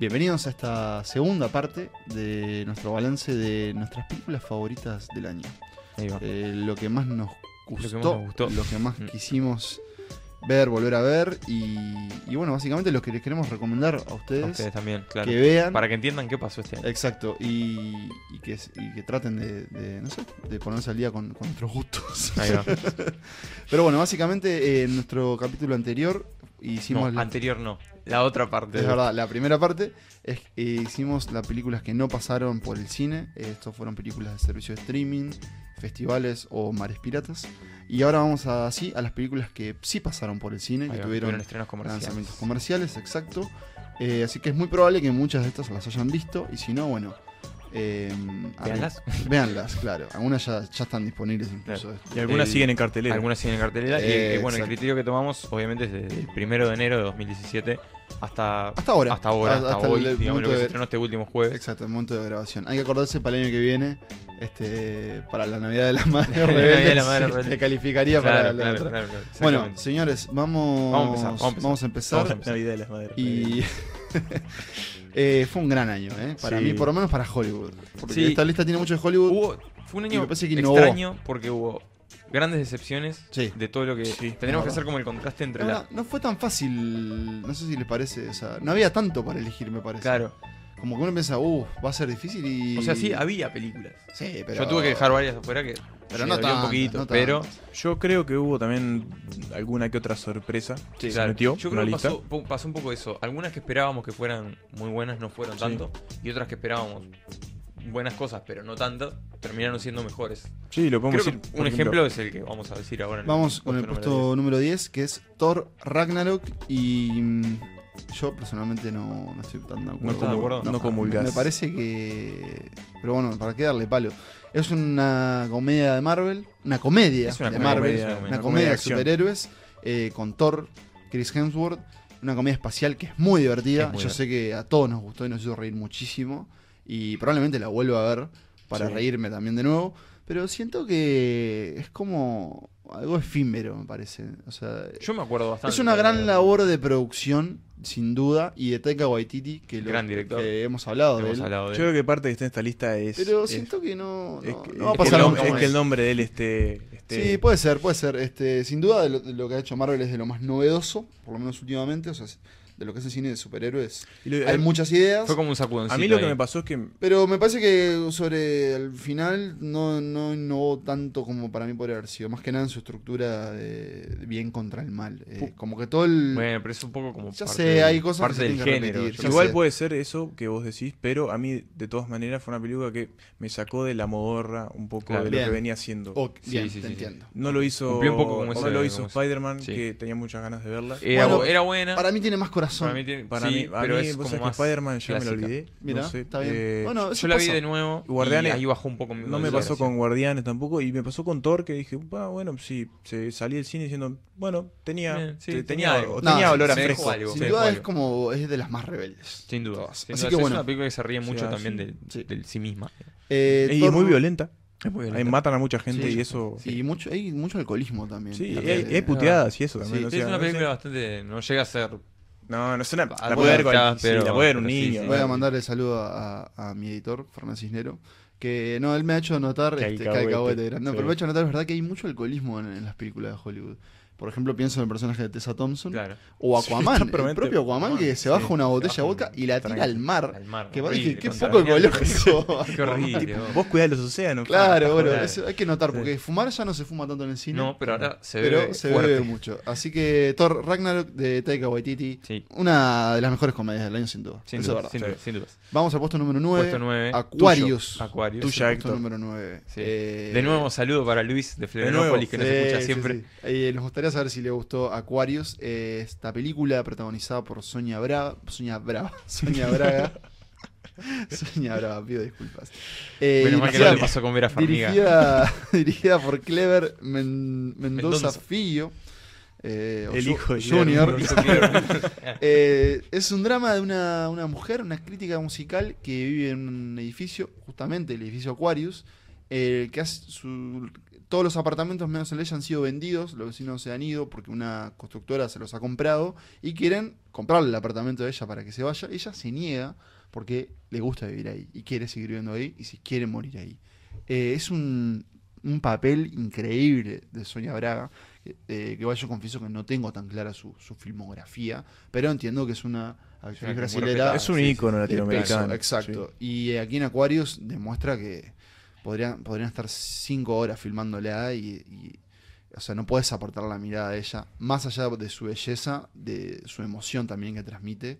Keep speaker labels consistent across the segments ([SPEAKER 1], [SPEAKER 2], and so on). [SPEAKER 1] Bienvenidos a esta segunda parte de nuestro balance de nuestras películas favoritas del año.
[SPEAKER 2] Ahí va.
[SPEAKER 1] Eh, lo que más nos
[SPEAKER 2] más
[SPEAKER 1] gustó,
[SPEAKER 2] nos gustó.
[SPEAKER 1] lo que más
[SPEAKER 2] Mm.
[SPEAKER 1] quisimos ver, volver a ver y, y bueno, básicamente lo que les queremos recomendar a ustedes,
[SPEAKER 2] A ustedes también, claro.
[SPEAKER 1] que vean.
[SPEAKER 2] Para que entiendan qué pasó este año.
[SPEAKER 1] Exacto, y, y que, y que traten de, de, no sé, de ponerse al día con, con nuestros gustos.
[SPEAKER 2] Ahí va.
[SPEAKER 1] Pero bueno, básicamente eh, en nuestro capítulo anterior hicimos...
[SPEAKER 2] No,
[SPEAKER 1] la-
[SPEAKER 2] anterior no. La otra parte.
[SPEAKER 1] Es verdad, la primera parte es eh, hicimos las películas que no pasaron por el cine. Eh, Estos fueron películas de servicio de streaming, festivales o mares piratas. Y ahora vamos a, así a las películas que sí pasaron por el cine,
[SPEAKER 2] Ahí
[SPEAKER 1] que
[SPEAKER 2] va,
[SPEAKER 1] tuvieron
[SPEAKER 2] estrenos comerciales.
[SPEAKER 1] lanzamientos comerciales, exacto. Eh, así que es muy probable que muchas de estas las hayan visto. Y si no, bueno. eh, arri-
[SPEAKER 2] Veanlas.
[SPEAKER 1] Véanlas, claro. Algunas ya, ya están disponibles incluso.
[SPEAKER 3] Y algunas
[SPEAKER 2] El-
[SPEAKER 3] siguen en cartelera.
[SPEAKER 2] Algunas siguen en cartelera. y,
[SPEAKER 1] Eh,
[SPEAKER 2] y bueno, el
[SPEAKER 1] exacto.
[SPEAKER 2] criterio que tomamos, obviamente, es desde el primero de enero de 2017 hasta.
[SPEAKER 1] Hasta ahora.
[SPEAKER 2] Hasta ahora,
[SPEAKER 1] Ah,
[SPEAKER 2] hasta,
[SPEAKER 1] hasta
[SPEAKER 2] hoy,
[SPEAKER 1] el momento
[SPEAKER 2] digamos, lo que se
[SPEAKER 1] de-
[SPEAKER 2] estrenó este último jueves.
[SPEAKER 1] Exacto, el momento de grabación. Hay que acordarse para el año que viene, este, para la Navidad de la Madre
[SPEAKER 2] La Navidad
[SPEAKER 1] Rebelde,
[SPEAKER 2] de la Madre
[SPEAKER 1] se-
[SPEAKER 2] Rebelde.
[SPEAKER 1] se calificaría para la otra.
[SPEAKER 2] claro, claro,
[SPEAKER 1] Bueno,
[SPEAKER 2] exactamente.
[SPEAKER 1] señores, vamos,
[SPEAKER 2] Vamos a empezar, vamos
[SPEAKER 1] vamos a
[SPEAKER 2] a empezar.
[SPEAKER 1] empezar.
[SPEAKER 2] Vamos a empezar.
[SPEAKER 3] Navidad de las Madres.
[SPEAKER 1] Y eh, fue un gran año, ¿eh? Para
[SPEAKER 3] Sí.
[SPEAKER 1] mí, por lo menos para Hollywood. Porque
[SPEAKER 2] Sí.
[SPEAKER 1] esta lista tiene mucho de Hollywood.
[SPEAKER 2] Hubo, fue un
[SPEAKER 1] Y
[SPEAKER 2] año
[SPEAKER 1] me parece que innovó.
[SPEAKER 2] extraño porque hubo grandes decepciones
[SPEAKER 1] Sí.
[SPEAKER 2] de todo lo que.
[SPEAKER 3] Sí,
[SPEAKER 1] la
[SPEAKER 2] tendremos que
[SPEAKER 1] verdad.
[SPEAKER 2] hacer como el contraste entre
[SPEAKER 1] No,
[SPEAKER 2] la.
[SPEAKER 1] no, no fue tan fácil, no sé si les parece, o sea, no había tanto para elegir, me parece.
[SPEAKER 2] Claro.
[SPEAKER 1] Como que uno piensa, uh, va a ser difícil y...
[SPEAKER 2] O sea, sí, había películas.
[SPEAKER 1] Sí, pero...
[SPEAKER 2] Yo tuve que dejar varias afuera que.
[SPEAKER 1] Pero
[SPEAKER 2] me
[SPEAKER 1] no
[SPEAKER 2] dolió
[SPEAKER 1] tantas,
[SPEAKER 2] un poquito,
[SPEAKER 1] no
[SPEAKER 2] pero.
[SPEAKER 1] tantas.
[SPEAKER 3] Yo creo que hubo también alguna que otra sorpresa. que se
[SPEAKER 2] Claro,
[SPEAKER 3] metió
[SPEAKER 2] Yo
[SPEAKER 3] en la
[SPEAKER 2] creo que
[SPEAKER 3] lista.
[SPEAKER 2] pasó, po- pasó un poco eso. Algunas que esperábamos que fueran muy buenas no fueron
[SPEAKER 3] Sí.
[SPEAKER 2] tanto. Y otras que esperábamos buenas cosas, pero no tantas, terminaron siendo mejores.
[SPEAKER 3] Sí,
[SPEAKER 2] Creo
[SPEAKER 3] lo podemos
[SPEAKER 2] que
[SPEAKER 3] decir. por
[SPEAKER 2] un ejemplo es el que vamos a decir ahora. en el
[SPEAKER 1] Vamos con el
[SPEAKER 2] puesto
[SPEAKER 1] puesto
[SPEAKER 2] número
[SPEAKER 1] número 10, que es Thor Ragnarok. Y mm, yo personalmente no, no estoy tan de acuerdo.
[SPEAKER 3] No
[SPEAKER 2] estás de acuerdo?
[SPEAKER 3] No comulgás.
[SPEAKER 1] Me parece que. Pero bueno, ¿para qué darle palo? Es una comedia de Marvel. Una comedia
[SPEAKER 2] Es una
[SPEAKER 1] de
[SPEAKER 2] comedia,
[SPEAKER 1] Marvel.
[SPEAKER 2] es una
[SPEAKER 1] una,
[SPEAKER 2] comedia.
[SPEAKER 1] comedia de
[SPEAKER 3] acción.
[SPEAKER 1] superhéroes. eh, con Thor, Chris Hemsworth. Una comedia espacial que es muy divertida.
[SPEAKER 2] Es muy
[SPEAKER 1] yo sé que a todos nos gustó y nos hizo reír muchísimo. Y probablemente la vuelva a ver para
[SPEAKER 3] Sí.
[SPEAKER 1] reírme también de nuevo. Pero siento que es como algo efímero, me parece. O sea,
[SPEAKER 2] diez. Yo me acuerdo bastante.
[SPEAKER 1] es una
[SPEAKER 2] de-
[SPEAKER 3] eh,
[SPEAKER 1] gran labor de producción, sin duda, y de Taika Waititi, que, lo-
[SPEAKER 2] Gran director.
[SPEAKER 1] que hemos hablado de
[SPEAKER 2] Hemos
[SPEAKER 1] él.
[SPEAKER 2] hablado de
[SPEAKER 3] Yo creo que parte que está en esta lista es.
[SPEAKER 1] Pero
[SPEAKER 3] es-
[SPEAKER 1] siento que no,
[SPEAKER 3] es
[SPEAKER 1] no-
[SPEAKER 3] que-
[SPEAKER 1] no va a
[SPEAKER 3] es que el
[SPEAKER 1] pasar
[SPEAKER 3] nom-
[SPEAKER 1] nunca
[SPEAKER 3] Es
[SPEAKER 1] más.
[SPEAKER 3] que el nombre de él esté.
[SPEAKER 2] Este,
[SPEAKER 3] esté-
[SPEAKER 2] pues,
[SPEAKER 1] Sí, puede ser, puede ser. Este, sin duda, de lo, de lo que ha hecho Marvel es de lo más novedoso, por lo menos últimamente. O sea, de lo que es el cine de superhéroes.
[SPEAKER 3] y lo-
[SPEAKER 1] Hay muchas ideas.
[SPEAKER 2] eh, Fue como un sacudoncito.
[SPEAKER 3] a mí lo que
[SPEAKER 2] ahí.
[SPEAKER 3] me pasó es que.
[SPEAKER 1] Pero me parece que sobre el final no, no innovó tanto como para mí podría haber sido. Más que nada en su estructura de de bien contra el mal. Eh,
[SPEAKER 3] Pu-
[SPEAKER 1] como que todo el.
[SPEAKER 2] Bueno, pero es un poco como.
[SPEAKER 1] Ya
[SPEAKER 2] parte
[SPEAKER 1] sé,
[SPEAKER 2] de-
[SPEAKER 1] hay cosas que
[SPEAKER 2] parte
[SPEAKER 1] se
[SPEAKER 2] del
[SPEAKER 1] tienen que
[SPEAKER 2] género.
[SPEAKER 1] repetir,
[SPEAKER 2] yo
[SPEAKER 1] ya
[SPEAKER 3] Igual
[SPEAKER 1] sé.
[SPEAKER 3] puede ser eso que vos decís, pero a mí, de todas maneras, fue una película que me sacó de la modorra un poco
[SPEAKER 2] Claro.
[SPEAKER 3] de lo
[SPEAKER 1] Bien.
[SPEAKER 3] que venía haciendo.
[SPEAKER 1] Oh,
[SPEAKER 2] Sí,
[SPEAKER 1] bien,
[SPEAKER 2] sí,
[SPEAKER 1] te
[SPEAKER 2] sí, sí.
[SPEAKER 1] entiendo.
[SPEAKER 3] No lo hizo.
[SPEAKER 2] Cumplió un poco como
[SPEAKER 3] no
[SPEAKER 2] ese-
[SPEAKER 3] lo
[SPEAKER 2] como
[SPEAKER 3] hizo
[SPEAKER 2] ese-
[SPEAKER 3] Spider-Man,
[SPEAKER 2] sí.
[SPEAKER 3] que tenía muchas ganas de verla.
[SPEAKER 2] Era,
[SPEAKER 1] Bueno,
[SPEAKER 2] era buena.
[SPEAKER 1] Para mí tiene más corazón.
[SPEAKER 2] eh, para mí, tiene-
[SPEAKER 3] Para
[SPEAKER 2] sí,
[SPEAKER 3] mí, a
[SPEAKER 2] pero
[SPEAKER 3] mí,
[SPEAKER 2] es
[SPEAKER 3] vos
[SPEAKER 2] como
[SPEAKER 3] sabés que
[SPEAKER 2] más.
[SPEAKER 3] Spider-Man ya me
[SPEAKER 2] clásica.
[SPEAKER 3] lo olvidé.
[SPEAKER 1] Mirá,
[SPEAKER 3] no sé,
[SPEAKER 1] está bien.
[SPEAKER 3] eh,
[SPEAKER 1] bueno, eso
[SPEAKER 2] Yo la vi
[SPEAKER 1] pasa.
[SPEAKER 2] de nuevo.
[SPEAKER 3] Guardianes-
[SPEAKER 2] y ahí bajó un poco mi
[SPEAKER 3] No me
[SPEAKER 2] velocidad.
[SPEAKER 3] pasó con Guardianes tampoco y me pasó con Thor que dije, "Ah, bueno, sí, se salí del cine diciendo, bueno, tenía,
[SPEAKER 2] Bien, sí,
[SPEAKER 3] te-
[SPEAKER 2] tenía
[SPEAKER 3] tenía,
[SPEAKER 2] algo.
[SPEAKER 3] algo, tenía
[SPEAKER 1] No,
[SPEAKER 3] olor a
[SPEAKER 2] sí, sí,
[SPEAKER 3] fresco.
[SPEAKER 2] algo.
[SPEAKER 1] Sin
[SPEAKER 2] Sí,
[SPEAKER 1] duda es
[SPEAKER 2] Mario.
[SPEAKER 1] como. Es de las más rebeldes.
[SPEAKER 2] Sin duda.
[SPEAKER 1] Todas.
[SPEAKER 2] sin
[SPEAKER 1] Así
[SPEAKER 2] duda.
[SPEAKER 1] que
[SPEAKER 2] Es
[SPEAKER 1] bueno.
[SPEAKER 2] una película que se ríe
[SPEAKER 3] Sí,
[SPEAKER 2] mucho
[SPEAKER 3] ah,
[SPEAKER 2] también
[SPEAKER 3] sí.
[SPEAKER 2] del,
[SPEAKER 1] Sí.
[SPEAKER 2] del sí misma.
[SPEAKER 1] Eh,
[SPEAKER 3] Y
[SPEAKER 1] Thor-
[SPEAKER 3] es muy violenta.
[SPEAKER 2] Es muy
[SPEAKER 3] Ahí matan a mucha gente
[SPEAKER 1] Sí,
[SPEAKER 3] y eso. Sí,
[SPEAKER 1] Y mucho, hay mucho alcoholismo también.
[SPEAKER 3] y
[SPEAKER 1] También,
[SPEAKER 3] hay,
[SPEAKER 1] eh,
[SPEAKER 3] hay puteadas y eso
[SPEAKER 1] Sí,
[SPEAKER 3] también. o
[SPEAKER 2] Sí, es
[SPEAKER 3] sea,
[SPEAKER 2] una
[SPEAKER 3] no
[SPEAKER 2] película
[SPEAKER 3] sé.
[SPEAKER 2] bastante. No llega a ser.
[SPEAKER 3] No, no es una. La
[SPEAKER 2] Alguna
[SPEAKER 3] puede ver
[SPEAKER 2] está,
[SPEAKER 3] cual- sí,
[SPEAKER 2] pero-
[SPEAKER 3] la puede ver un
[SPEAKER 2] pero sí,
[SPEAKER 3] niño.
[SPEAKER 2] sí.
[SPEAKER 1] Voy a
[SPEAKER 3] ¿no?
[SPEAKER 1] mandarle saludo a, a- a mi editor, Fernández Cisnero, que no, él me ha hecho notar
[SPEAKER 3] Que
[SPEAKER 1] este, que
[SPEAKER 3] alcahuete,
[SPEAKER 1] alcahuete era. No,
[SPEAKER 3] sí.
[SPEAKER 1] pero me ha hecho notar, es verdad, que hay mucho alcoholismo en, en las películas de Hollywood. Por ejemplo, pienso en el personaje de Tessa Thompson
[SPEAKER 2] Claro.
[SPEAKER 1] o
[SPEAKER 3] Sí,
[SPEAKER 1] Aquaman,
[SPEAKER 3] está
[SPEAKER 1] el
[SPEAKER 3] promete-
[SPEAKER 1] propio Aquaman que
[SPEAKER 2] Aquaman,
[SPEAKER 1] se baja
[SPEAKER 2] sí,
[SPEAKER 1] una
[SPEAKER 2] se
[SPEAKER 1] botella
[SPEAKER 2] baja
[SPEAKER 1] de vodka
[SPEAKER 2] un-
[SPEAKER 1] y la tira al mar.
[SPEAKER 2] Al mar.
[SPEAKER 1] Que vos
[SPEAKER 2] horrible,
[SPEAKER 1] dije, qué
[SPEAKER 2] contra-
[SPEAKER 1] poco ecológico.
[SPEAKER 2] Qué horrible. bro.
[SPEAKER 3] Vos cuidás los océanos.
[SPEAKER 1] Claro, bueno,
[SPEAKER 2] Claro.
[SPEAKER 1] eso hay que notar, porque fumar ya no se fuma tanto en el cine.
[SPEAKER 2] No, pero ahora se ve.
[SPEAKER 1] pero se
[SPEAKER 2] fuerte.
[SPEAKER 1] bebe mucho. Así que Thor Ragnarok de Taika Waititi,
[SPEAKER 2] Sí.
[SPEAKER 1] una de las mejores comedias del año sin duda.
[SPEAKER 2] Sin
[SPEAKER 1] Eso es
[SPEAKER 2] duda,
[SPEAKER 1] verdad.
[SPEAKER 2] sin duda, sin duda.
[SPEAKER 1] Vamos al puesto número 9.
[SPEAKER 2] Puesto 9.
[SPEAKER 1] Acuarios.
[SPEAKER 2] Acuarios.
[SPEAKER 3] Tuya,
[SPEAKER 1] puesto
[SPEAKER 3] Héctor.
[SPEAKER 1] número 9.
[SPEAKER 2] Sí. Eh, De nuevo, saludo para Luis de
[SPEAKER 3] nuevo.
[SPEAKER 2] Florianópolis que nos escucha siempre.
[SPEAKER 1] Eh, nos gustaría saber si le gustó Aquarius, eh, esta película protagonizada por Sonia Braga. Sonia Braga. Sonia Braga. Sonia Braga, pido disculpas. Eh,
[SPEAKER 2] Menos mal que no
[SPEAKER 1] dirigida-
[SPEAKER 2] le pasó con Vera Farmiga.
[SPEAKER 1] dirigida, dirigida por Clever Men- Mendoza
[SPEAKER 2] Mendoza.
[SPEAKER 1] Fillo. eh, o
[SPEAKER 3] El
[SPEAKER 1] Ju-
[SPEAKER 3] hijo de
[SPEAKER 1] Junior.
[SPEAKER 3] Guillermo
[SPEAKER 1] Eh, es un drama de una, una mujer, una crítica musical que vive en un edificio, justamente el edificio Aquarius, eh, que hace su- todos los apartamentos menos el de ella han sido vendidos, los vecinos se han ido porque una constructora se los ha comprado y quieren comprarle el apartamento de ella para que se vaya. Ella se niega porque le gusta vivir ahí y quiere seguir viviendo ahí y si quiere morir ahí. Eh, es un, un papel increíble de Sonia Braga, que- eh, que bueno, yo confieso que no tengo tan clara su, su filmografía, pero entiendo que es una
[SPEAKER 2] que
[SPEAKER 1] actriz
[SPEAKER 2] es muy
[SPEAKER 1] brasilera
[SPEAKER 2] respetada.
[SPEAKER 3] Es un
[SPEAKER 2] sí, sí,
[SPEAKER 3] ícono
[SPEAKER 1] de
[SPEAKER 3] latinoamericano.
[SPEAKER 1] peso, exacto. Y eh, aquí en Aquarius demuestra que podrían, podrían estar cinco horas filmándola y, y, o sea, no puedes apartar la mirada de ella, más allá de su belleza, de su emoción también que transmite.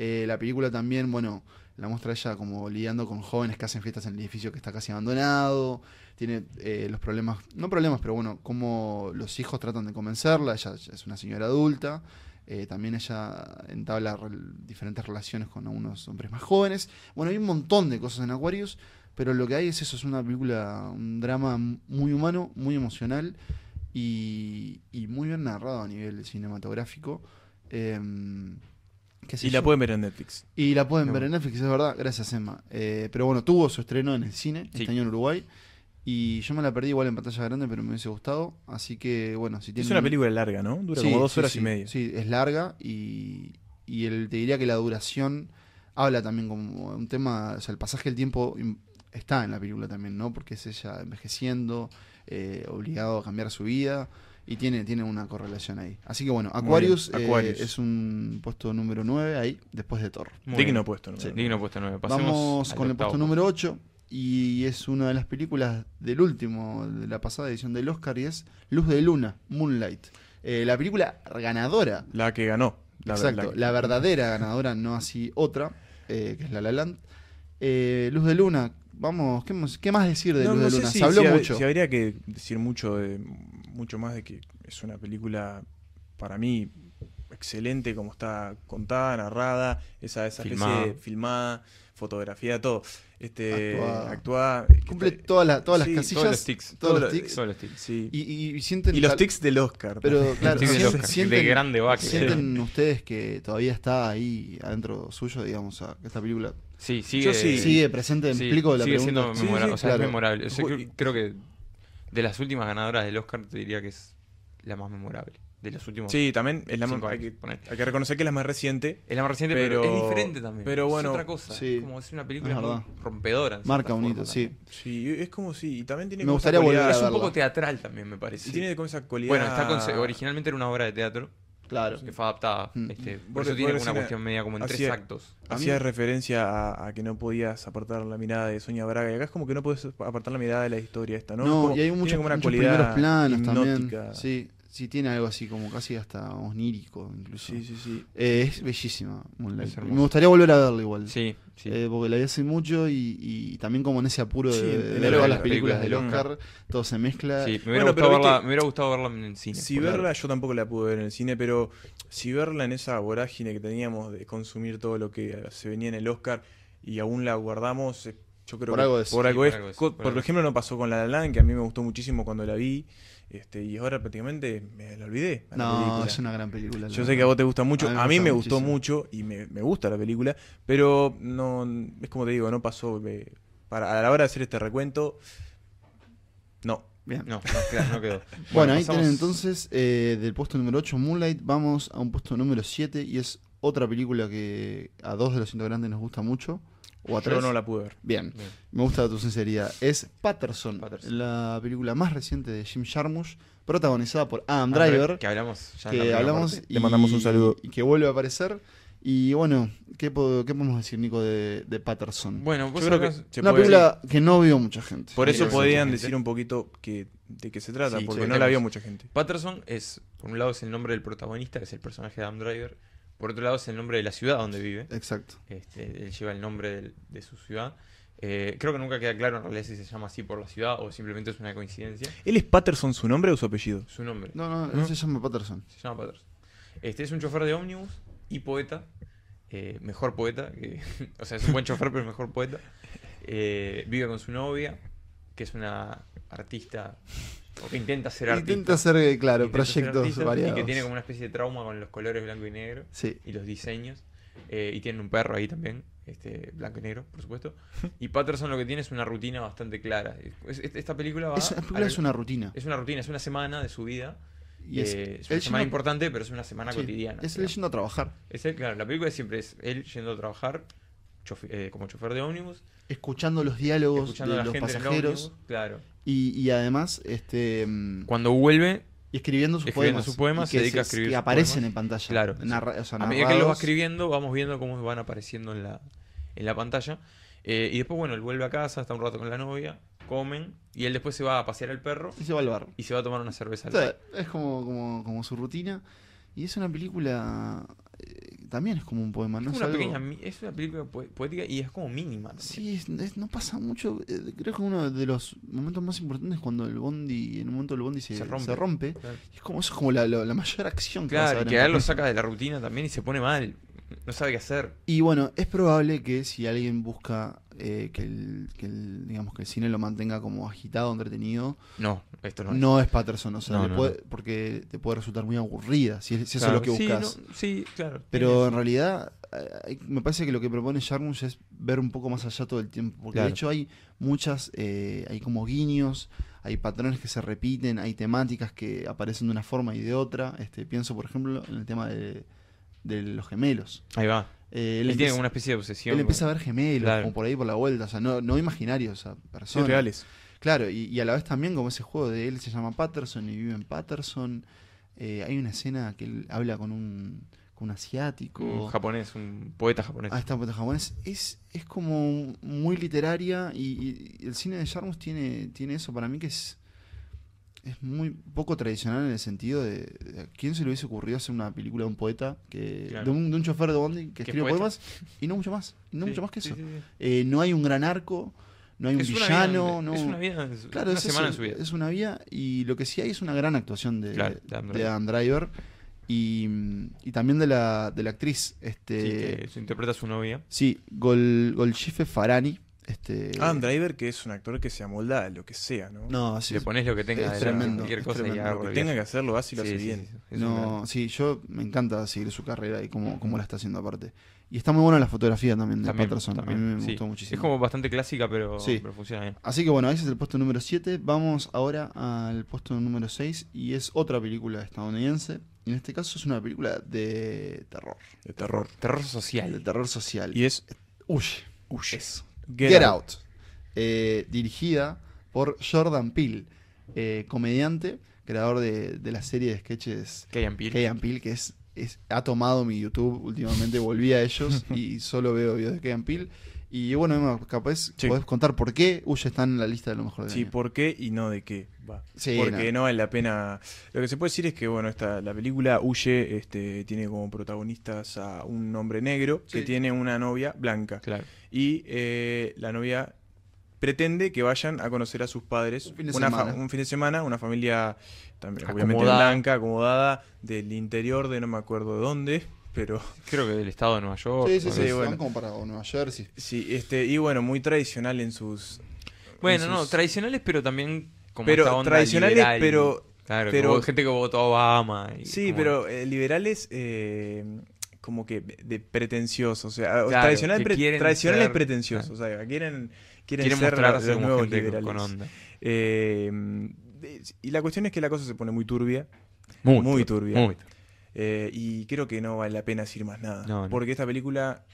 [SPEAKER 1] Eh, la película también, bueno, la muestra ella como lidiando con jóvenes que hacen fiestas en el edificio que está casi abandonado. Tiene eh, los problemas, no problemas, pero bueno, cómo los hijos tratan de convencerla. Ella es una señora adulta. Eh, también ella entabla rel- diferentes relaciones con algunos hombres más jóvenes. Bueno, hay un montón de cosas en Aquarius, pero lo que hay es eso, es una película, un drama m- muy humano, muy emocional y, y muy bien narrado a nivel cinematográfico. Em, qué sé
[SPEAKER 3] Y la
[SPEAKER 1] yo.
[SPEAKER 3] pueden ver en Netflix.
[SPEAKER 1] Y la pueden
[SPEAKER 3] No.
[SPEAKER 1] ver en Netflix, es verdad, gracias Emma. Eh, pero bueno, tuvo su estreno en el cine,
[SPEAKER 2] Sí.
[SPEAKER 1] este año en Uruguay. Y yo me la perdí igual en pantalla grande, pero me hubiese gustado. Así que bueno, si tienen.
[SPEAKER 3] Es una película larga, ¿no? Dura
[SPEAKER 1] Sí,
[SPEAKER 3] como dos
[SPEAKER 1] sí,
[SPEAKER 3] horas
[SPEAKER 1] sí.
[SPEAKER 3] y media.
[SPEAKER 1] Sí, es larga y, y el, te diría que la duración habla también como un tema, o sea, el pasaje del tiempo im- está en la película también, ¿no? Porque es ella envejeciendo, eh, obligado a cambiar su vida y tiene, tiene una correlación ahí. Así que bueno,
[SPEAKER 3] bien,
[SPEAKER 1] Aquarius, eh,
[SPEAKER 3] Aquarius.
[SPEAKER 1] es un puesto número 9 ahí, después de Thor.
[SPEAKER 2] Muy
[SPEAKER 3] Digno
[SPEAKER 2] bien.
[SPEAKER 3] puesto, ¿no?
[SPEAKER 1] Sí.
[SPEAKER 2] Digno puesto 9.
[SPEAKER 1] Vamos con el puesto número 8 y es una de las películas del último, de la pasada edición del Oscar y es Luz de Luna, Moonlight. Eh, la película ganadora
[SPEAKER 3] La que ganó. La,
[SPEAKER 1] Exacto,
[SPEAKER 3] que-
[SPEAKER 1] la, verdadera ganadora, no así otra, eh, que es La La Land. Eh, Luz de Luna, vamos, ¿qué, más- qué más decir de
[SPEAKER 3] No,
[SPEAKER 1] Luz
[SPEAKER 3] no
[SPEAKER 1] de
[SPEAKER 3] sé
[SPEAKER 1] Luna?
[SPEAKER 3] si-
[SPEAKER 1] Se habló
[SPEAKER 3] si ha-
[SPEAKER 1] mucho.
[SPEAKER 3] si habría que decir mucho, de, mucho más de que es una película, para mí, excelente como está contada, narrada, esa, esa
[SPEAKER 2] Filmada.
[SPEAKER 3] especie de filmada, fotografía, todo. Este,
[SPEAKER 1] Actuada.
[SPEAKER 3] actuada.
[SPEAKER 1] Cumple
[SPEAKER 3] Está-
[SPEAKER 1] todas las, todas las
[SPEAKER 3] sí, todos
[SPEAKER 1] casillas.
[SPEAKER 2] Todos los tics.
[SPEAKER 1] todos
[SPEAKER 3] todos
[SPEAKER 1] los
[SPEAKER 3] los-
[SPEAKER 1] tics.
[SPEAKER 2] Todos los tics.
[SPEAKER 3] sí.
[SPEAKER 1] Y,
[SPEAKER 3] Y,
[SPEAKER 1] y- y sienten.
[SPEAKER 3] los
[SPEAKER 1] tal-
[SPEAKER 3] tics del Oscar.
[SPEAKER 1] Pero claro,
[SPEAKER 2] Tics del
[SPEAKER 1] sienten,
[SPEAKER 2] Oscar, de grande Baxter.
[SPEAKER 1] sienten ustedes que todavía está ahí adentro suyo, digamos, a- que esta película
[SPEAKER 2] Sí, sigue,
[SPEAKER 3] Yo sí.
[SPEAKER 1] sigue presente.
[SPEAKER 2] sí,
[SPEAKER 1] explico la
[SPEAKER 2] sigue
[SPEAKER 1] pregunta.
[SPEAKER 2] siendo
[SPEAKER 3] Sí,
[SPEAKER 2] memorable.
[SPEAKER 3] sí,
[SPEAKER 2] o sea,
[SPEAKER 1] claro.
[SPEAKER 2] es memorable. O sea,
[SPEAKER 3] Ju-
[SPEAKER 2] creo- creo que de las últimas ganadoras del Oscar te diría que es la más memorable. De los últimos.
[SPEAKER 3] Sí, también es la más-
[SPEAKER 2] Cinco
[SPEAKER 3] hay,
[SPEAKER 2] años,
[SPEAKER 3] que,
[SPEAKER 2] ponele.
[SPEAKER 3] hay que reconocer que es la más reciente.
[SPEAKER 2] Es la más reciente, pero,
[SPEAKER 3] Pero-
[SPEAKER 2] es diferente también.
[SPEAKER 3] pero bueno,
[SPEAKER 2] es otra cosa.
[SPEAKER 1] sí.
[SPEAKER 2] Como es una película
[SPEAKER 1] Es verdad.
[SPEAKER 2] muy rompedora. en
[SPEAKER 1] Marca
[SPEAKER 2] cierta
[SPEAKER 1] un hito,
[SPEAKER 2] forma
[SPEAKER 1] sí.
[SPEAKER 2] también.
[SPEAKER 3] Sí, es como si. Y también tiene
[SPEAKER 1] Me
[SPEAKER 3] como esa
[SPEAKER 1] gustaría volver a
[SPEAKER 2] Es
[SPEAKER 3] cualidad-
[SPEAKER 2] un
[SPEAKER 1] verla.
[SPEAKER 2] poco teatral también, me parece.
[SPEAKER 3] Y tiene como esa cualidad.
[SPEAKER 2] Bueno, está conce- originalmente era una obra de teatro
[SPEAKER 1] Claro.
[SPEAKER 2] que fue adaptada.
[SPEAKER 1] Mm.
[SPEAKER 2] este, por
[SPEAKER 3] Vos-
[SPEAKER 2] eso tiene
[SPEAKER 3] vos
[SPEAKER 2] una
[SPEAKER 3] recién
[SPEAKER 2] cuestión media como en tres
[SPEAKER 3] hacía-
[SPEAKER 2] actos.
[SPEAKER 1] A mí-
[SPEAKER 3] Hacía referencia a, a que no podías apartar la mirada de Sonia Braga. Y acá es como que no puedes apartar la mirada de la historia esta, ¿no?
[SPEAKER 1] No,
[SPEAKER 3] Es como-
[SPEAKER 1] y hay
[SPEAKER 3] tiene
[SPEAKER 1] muchos,
[SPEAKER 3] como una
[SPEAKER 1] muchos primeros
[SPEAKER 3] cualidad
[SPEAKER 1] planos
[SPEAKER 3] hipnótica.
[SPEAKER 1] también. Sí, sí, tiene algo así como casi hasta onírico incluso.
[SPEAKER 3] sí, sí, sí.
[SPEAKER 1] Eh, es bellísima Moonlight.
[SPEAKER 2] Es
[SPEAKER 1] Y
[SPEAKER 2] hermosa.
[SPEAKER 1] me gustaría volver a verla igual.
[SPEAKER 2] Sí, sí.
[SPEAKER 1] Eh, porque la vi hace mucho y, y también como en ese apuro
[SPEAKER 3] Sí,
[SPEAKER 1] de,
[SPEAKER 3] en-
[SPEAKER 1] de ver
[SPEAKER 3] en el-
[SPEAKER 1] todas
[SPEAKER 3] en
[SPEAKER 1] las
[SPEAKER 3] las
[SPEAKER 1] películas
[SPEAKER 2] películas
[SPEAKER 1] del
[SPEAKER 2] del
[SPEAKER 1] Oscar, todo se mezcla.
[SPEAKER 2] Sí, me hubiera,
[SPEAKER 3] Bueno, pero
[SPEAKER 2] gustado verla,
[SPEAKER 3] viste-
[SPEAKER 2] me hubiera gustado verla en el cine. pues.
[SPEAKER 3] Si
[SPEAKER 2] por
[SPEAKER 3] verla,
[SPEAKER 2] ahora.
[SPEAKER 3] yo tampoco la pude ver en el cine, pero si verla en esa vorágine que teníamos de consumir todo lo que se venía en el Oscar y aún la guardamos, eh, yo creo
[SPEAKER 1] Por
[SPEAKER 3] que
[SPEAKER 1] algo es.
[SPEAKER 3] por
[SPEAKER 2] Sí,
[SPEAKER 3] algo
[SPEAKER 2] por
[SPEAKER 3] es.
[SPEAKER 2] algo es,
[SPEAKER 3] Co-
[SPEAKER 2] por
[SPEAKER 3] Por
[SPEAKER 2] algo es.
[SPEAKER 3] ejemplo, no pasó con La La Land, que a mí me gustó muchísimo cuando la vi, este y ahora prácticamente me la olvidé. a la
[SPEAKER 1] No,
[SPEAKER 3] película.
[SPEAKER 1] es una gran película. la
[SPEAKER 3] Yo sé
[SPEAKER 1] verdad.
[SPEAKER 3] que a vos te gusta mucho,
[SPEAKER 1] A
[SPEAKER 3] a
[SPEAKER 1] mí
[SPEAKER 3] mí
[SPEAKER 1] me
[SPEAKER 3] me,
[SPEAKER 1] gusta
[SPEAKER 3] gustó
[SPEAKER 1] muchísimo.
[SPEAKER 3] mucho y me, me gusta la película, pero no es como te digo, no pasó eh, para a la hora de hacer este recuento no.
[SPEAKER 1] Bien.
[SPEAKER 2] No, no, claro, no quedó.
[SPEAKER 1] Bueno, ahí tienen entonces eh, del puesto número 8 Moonlight, vamos a un puesto número 7 y es otra película que a dos de los integrantes nos gusta mucho. O a
[SPEAKER 3] Yo
[SPEAKER 1] tres.
[SPEAKER 3] no la pude ver.
[SPEAKER 1] Bien,
[SPEAKER 2] Bien.
[SPEAKER 1] me gusta tu sinceridad. Es Patterson,
[SPEAKER 2] Patterson.
[SPEAKER 1] la película más reciente de Jim Jarmusch, protagonizada por Adam
[SPEAKER 2] Ah,
[SPEAKER 1] Driver.
[SPEAKER 2] Que hablamos ya. en la
[SPEAKER 1] que
[SPEAKER 2] primera
[SPEAKER 1] hablamos
[SPEAKER 2] parte.
[SPEAKER 1] y,
[SPEAKER 3] Le mandamos un saludo.
[SPEAKER 1] y que vuelve a aparecer. Y bueno, ¿qué, po- qué podemos decir, Nico, de, de Patterson?
[SPEAKER 2] Bueno, vos
[SPEAKER 3] Yo creo que
[SPEAKER 2] hablás-
[SPEAKER 3] se
[SPEAKER 1] Una
[SPEAKER 3] puede-
[SPEAKER 1] película que no vio mucha gente.
[SPEAKER 3] Por
[SPEAKER 2] Sí,
[SPEAKER 3] eso
[SPEAKER 2] sí,
[SPEAKER 3] podían
[SPEAKER 2] sí.
[SPEAKER 3] decir un poquito que, de qué se trata,
[SPEAKER 2] Sí,
[SPEAKER 3] porque
[SPEAKER 2] sí,
[SPEAKER 3] no la vio
[SPEAKER 2] tenemos.
[SPEAKER 3] mucha gente.
[SPEAKER 2] Patterson es, por un lado, es el nombre del protagonista, que es el personaje de Adam Driver. Por otro lado, es el nombre de la ciudad donde vive.
[SPEAKER 1] Exacto.
[SPEAKER 2] Este, él lleva el nombre del- de su ciudad. Eh, creo que nunca queda claro en realidad si se llama así por la ciudad o simplemente es una coincidencia.
[SPEAKER 3] ¿Él es Patterson su nombre o su apellido?
[SPEAKER 2] Su nombre.
[SPEAKER 1] No, no, no
[SPEAKER 3] ¿No?
[SPEAKER 1] se llama Patterson.
[SPEAKER 2] Se llama Patterson. Este es un chofer de ómnibus y poeta. eh, mejor poeta. que- o sea, es un buen chofer, pero mejor poeta. Eh, vive con su novia, que es una artista. O que intenta ser artista.
[SPEAKER 1] Intenta hacer, eh, claro,
[SPEAKER 2] intenta ser
[SPEAKER 1] proyectos
[SPEAKER 2] artista,
[SPEAKER 1] variados.
[SPEAKER 2] Y que tiene como una especie de trauma con los colores blanco y negro
[SPEAKER 1] Sí,
[SPEAKER 2] y los diseños. eh, y tienen un perro ahí también, este, blanco y negro, por supuesto. Y Patterson lo que tiene es una rutina bastante clara. Es- es- esta película va.
[SPEAKER 1] Es- la película
[SPEAKER 2] a-
[SPEAKER 1] es una rutina.
[SPEAKER 2] es una rutina, es una semana de su vida.
[SPEAKER 1] Y es,
[SPEAKER 2] Eh, es
[SPEAKER 1] él
[SPEAKER 2] una semana
[SPEAKER 1] yendo-
[SPEAKER 2] importante, pero es una semana
[SPEAKER 1] sí,
[SPEAKER 2] cotidiana.
[SPEAKER 1] Es él
[SPEAKER 2] digamos.
[SPEAKER 1] yendo a trabajar,
[SPEAKER 2] Es él, claro, la película siempre es él yendo a trabajar chofe- eh, como chofer de ómnibus,
[SPEAKER 1] escuchando los diálogos
[SPEAKER 2] escuchando
[SPEAKER 1] de
[SPEAKER 2] a la
[SPEAKER 1] los
[SPEAKER 2] gente en el
[SPEAKER 1] pasajeros
[SPEAKER 2] ómnibus, claro.
[SPEAKER 1] y, y además este mm,
[SPEAKER 2] Cuando vuelve,
[SPEAKER 1] y escribiendo sus
[SPEAKER 2] escribiendo
[SPEAKER 1] poemas.
[SPEAKER 2] sus poemas,
[SPEAKER 1] y
[SPEAKER 2] se dedica a escribir
[SPEAKER 1] que
[SPEAKER 2] sus
[SPEAKER 1] aparecen
[SPEAKER 2] poemas.
[SPEAKER 1] en pantalla.
[SPEAKER 2] Claro, sí.
[SPEAKER 1] narra- o sea,
[SPEAKER 2] a medida que él los va
[SPEAKER 1] narrados.
[SPEAKER 2] escribiendo, vamos viendo cómo van apareciendo en la, en la pantalla. Eh, y después, bueno, él vuelve a casa, está un rato con la novia, comen, y él después se va a pasear al perro
[SPEAKER 1] Y se va al bar.
[SPEAKER 2] y se va a tomar una cerveza.
[SPEAKER 1] O
[SPEAKER 2] al
[SPEAKER 1] sea,
[SPEAKER 2] bar.
[SPEAKER 1] es como, como, como su rutina. Y es una película. eh, también es como un poema, ¿no?
[SPEAKER 2] es,
[SPEAKER 1] Es
[SPEAKER 2] una
[SPEAKER 1] algo-
[SPEAKER 2] pequeña mi- es una película po- poética y es como mínima. también.
[SPEAKER 1] Sí, es- es- no pasa mucho. eh, creo que uno de los momentos más importantes es cuando el bondi, en un momento el bondi se,
[SPEAKER 2] Se
[SPEAKER 1] se
[SPEAKER 2] rompe.
[SPEAKER 1] rompe.
[SPEAKER 2] Claro.
[SPEAKER 1] Y Es como, eso es como la, la- la mayor acción que vas a
[SPEAKER 2] Claro, y
[SPEAKER 1] ver
[SPEAKER 2] que
[SPEAKER 1] en
[SPEAKER 2] a él lo
[SPEAKER 1] película.
[SPEAKER 2] saca de la rutina también y se pone mal. No sabe qué hacer.
[SPEAKER 1] Y bueno, es probable que si alguien busca eh, que, el, que el- digamos, que el cine lo mantenga como agitado, entretenido,
[SPEAKER 2] No, esto no,
[SPEAKER 1] no,
[SPEAKER 2] es.
[SPEAKER 1] es Patterson. O sea,
[SPEAKER 2] No,
[SPEAKER 1] le
[SPEAKER 2] no,
[SPEAKER 1] puede- porque te puede resultar muy aburrida si, es- si eso es lo que
[SPEAKER 2] Claro,
[SPEAKER 1] buscas.
[SPEAKER 2] Sí, no, sí, claro.
[SPEAKER 1] Pero
[SPEAKER 2] tiene-
[SPEAKER 1] en realidad, eh, hay- me parece que lo que propone Jarmusch es ver un poco más allá todo el tiempo. Porque
[SPEAKER 2] Claro.
[SPEAKER 1] de hecho hay muchas, eh, hay como guiños, hay patrones que se repiten, hay temáticas que aparecen de una forma y de otra. Este, pienso, por ejemplo, en el tema de, de los gemelos.
[SPEAKER 2] Ahí va.
[SPEAKER 1] Eh,
[SPEAKER 2] Él, tiene
[SPEAKER 1] empieza-
[SPEAKER 2] como una especie de obsesión.
[SPEAKER 1] él
[SPEAKER 2] con-
[SPEAKER 1] empieza a ver gemelos,
[SPEAKER 2] Claro.
[SPEAKER 1] como por ahí por la vuelta, o sea, no, no imaginarios, o sea,
[SPEAKER 3] Sí,
[SPEAKER 1] personas.
[SPEAKER 3] reales.
[SPEAKER 1] Claro, y, y a la vez también como ese juego de él se llama Patterson y vive en Patterson. Eh, hay una escena que él habla con un, con un asiático.
[SPEAKER 2] Un japonés, un poeta japonés.
[SPEAKER 1] Ah, está en japonés. Es, es como muy literaria y, y- y el cine de Jarmus tiene, tiene eso para mí que es, es muy poco tradicional en el sentido de, de a quién se le hubiese ocurrido hacer una película de un poeta, que,
[SPEAKER 2] Claro.
[SPEAKER 1] de, un, de un chofer de Bondi que
[SPEAKER 2] es
[SPEAKER 1] escribe
[SPEAKER 2] poeta.
[SPEAKER 1] poemas y no mucho más, y no
[SPEAKER 2] Sí,
[SPEAKER 1] mucho más que
[SPEAKER 2] sí,
[SPEAKER 1] eso.
[SPEAKER 2] sí, sí.
[SPEAKER 1] Eh, no hay un gran arco, no hay un
[SPEAKER 2] Es una vida
[SPEAKER 1] villano,
[SPEAKER 2] en-
[SPEAKER 1] no...
[SPEAKER 2] Es una vida en su-
[SPEAKER 1] Claro,
[SPEAKER 2] una
[SPEAKER 1] es,
[SPEAKER 2] semana
[SPEAKER 1] eso,
[SPEAKER 2] en su vida.
[SPEAKER 1] es una vía y lo que sí hay es una gran actuación de,
[SPEAKER 2] Claro, de
[SPEAKER 1] de
[SPEAKER 2] Adam
[SPEAKER 1] Adam
[SPEAKER 2] Driver.
[SPEAKER 1] Driver y, y también de la, de la actriz. Este,
[SPEAKER 2] Sí, que se interpreta a su novia.
[SPEAKER 1] Sí, Gol, Golshife Farani. Este,
[SPEAKER 2] Ah,
[SPEAKER 3] Adam Driver, que es un actor que se amolda a lo que sea, ¿no?
[SPEAKER 1] No, sí.
[SPEAKER 2] Le pones lo que tenga
[SPEAKER 1] es
[SPEAKER 2] adelante,
[SPEAKER 1] tremendo,
[SPEAKER 2] cualquier
[SPEAKER 1] es
[SPEAKER 2] cosa y
[SPEAKER 1] tremendo.
[SPEAKER 2] agarra
[SPEAKER 3] Lo que
[SPEAKER 2] cualquier-
[SPEAKER 3] tenga que hacer, lo hace y lo
[SPEAKER 2] Sí,
[SPEAKER 3] hace
[SPEAKER 2] sí,
[SPEAKER 3] bien.
[SPEAKER 2] sí, sí. Es un gran-
[SPEAKER 1] No, sí, yo me encanta seguir su carrera y cómo, cómo la está haciendo aparte. Y está muy buena la fotografía también de
[SPEAKER 2] también,
[SPEAKER 1] Patterson.
[SPEAKER 2] también,
[SPEAKER 1] a mí me
[SPEAKER 2] sí.
[SPEAKER 1] gustó muchísimo.
[SPEAKER 2] Es como bastante clásica, pero,
[SPEAKER 1] Sí.
[SPEAKER 2] pero funciona bien.
[SPEAKER 1] Así que bueno, ese es el puesto número 7. Vamos ahora al puesto número 6 y es otra película estadounidense. Y en este caso es una película de terror.
[SPEAKER 3] De terror.
[SPEAKER 2] Terror
[SPEAKER 1] De
[SPEAKER 2] social.
[SPEAKER 1] terror social.
[SPEAKER 3] Y es
[SPEAKER 1] Huye.
[SPEAKER 3] Huye.
[SPEAKER 1] Get, Out. Eh, dirigida por Jordan Peele, eh, comediante, creador de, de la serie de sketches
[SPEAKER 2] Que hayan Peele.
[SPEAKER 1] Key Peele, que es, es- ha tomado mi YouTube últimamente, volví a ellos y solo veo videos de Key Peele. Y bueno, Emma, capaz
[SPEAKER 3] Sí.
[SPEAKER 1] podés contar por qué Huye está en la lista de lo mejor de
[SPEAKER 3] Sí, ¿por qué y no de qué? Va.
[SPEAKER 1] Sí,
[SPEAKER 3] Porque no. vale la pena. Lo que se puede decir es que, bueno, esta, la película Huye este, tiene como protagonistas a un hombre negro que
[SPEAKER 1] Sí.
[SPEAKER 3] tiene una novia blanca.
[SPEAKER 2] Claro.
[SPEAKER 3] Y eh, la novia pretende que vayan a conocer a sus padres
[SPEAKER 1] Un fin de
[SPEAKER 3] una fa-
[SPEAKER 1] semana.
[SPEAKER 3] un fin de semana, una familia también obviamente
[SPEAKER 2] Acomodada.
[SPEAKER 3] blanca, acomodada, del interior de no me acuerdo de dónde, pero
[SPEAKER 2] Creo que del estado de Nueva York.
[SPEAKER 1] Sí, sí,
[SPEAKER 2] o
[SPEAKER 1] sí,
[SPEAKER 2] algo
[SPEAKER 3] sí,
[SPEAKER 1] van
[SPEAKER 3] bueno.
[SPEAKER 1] como para o Nueva Jersey.
[SPEAKER 3] sí, este, y bueno, muy tradicional en sus
[SPEAKER 2] así. Bueno,
[SPEAKER 3] en
[SPEAKER 2] no,
[SPEAKER 3] sus-
[SPEAKER 2] tradicionales, pero también como
[SPEAKER 3] Pero
[SPEAKER 2] esta onda
[SPEAKER 3] tradicionales,
[SPEAKER 2] liberal.
[SPEAKER 3] pero-
[SPEAKER 2] Claro,
[SPEAKER 3] pero-
[SPEAKER 2] como gente que votó a Obama. y
[SPEAKER 3] Sí,
[SPEAKER 2] como-
[SPEAKER 3] pero eh, liberales eh, como que de pretenciosos, o sea, o
[SPEAKER 2] Claro,
[SPEAKER 3] tradicional
[SPEAKER 2] que
[SPEAKER 3] pre-
[SPEAKER 2] quieren
[SPEAKER 3] tradicionales
[SPEAKER 2] ser-
[SPEAKER 3] pretenciosos, o sea, quieren quieren,
[SPEAKER 2] Quieren
[SPEAKER 3] ser
[SPEAKER 2] mostrarse
[SPEAKER 3] los
[SPEAKER 2] como
[SPEAKER 3] nuevos
[SPEAKER 2] gente
[SPEAKER 3] liberales.
[SPEAKER 2] con onda.
[SPEAKER 3] Eh, de- y la cuestión es que la cosa se pone muy turbia
[SPEAKER 2] Muy,
[SPEAKER 3] Muy
[SPEAKER 2] turbio,
[SPEAKER 3] turbia.
[SPEAKER 2] muy turbio.
[SPEAKER 3] eh, y creo que no vale la pena decir más nada,
[SPEAKER 2] No, no.
[SPEAKER 3] porque esta película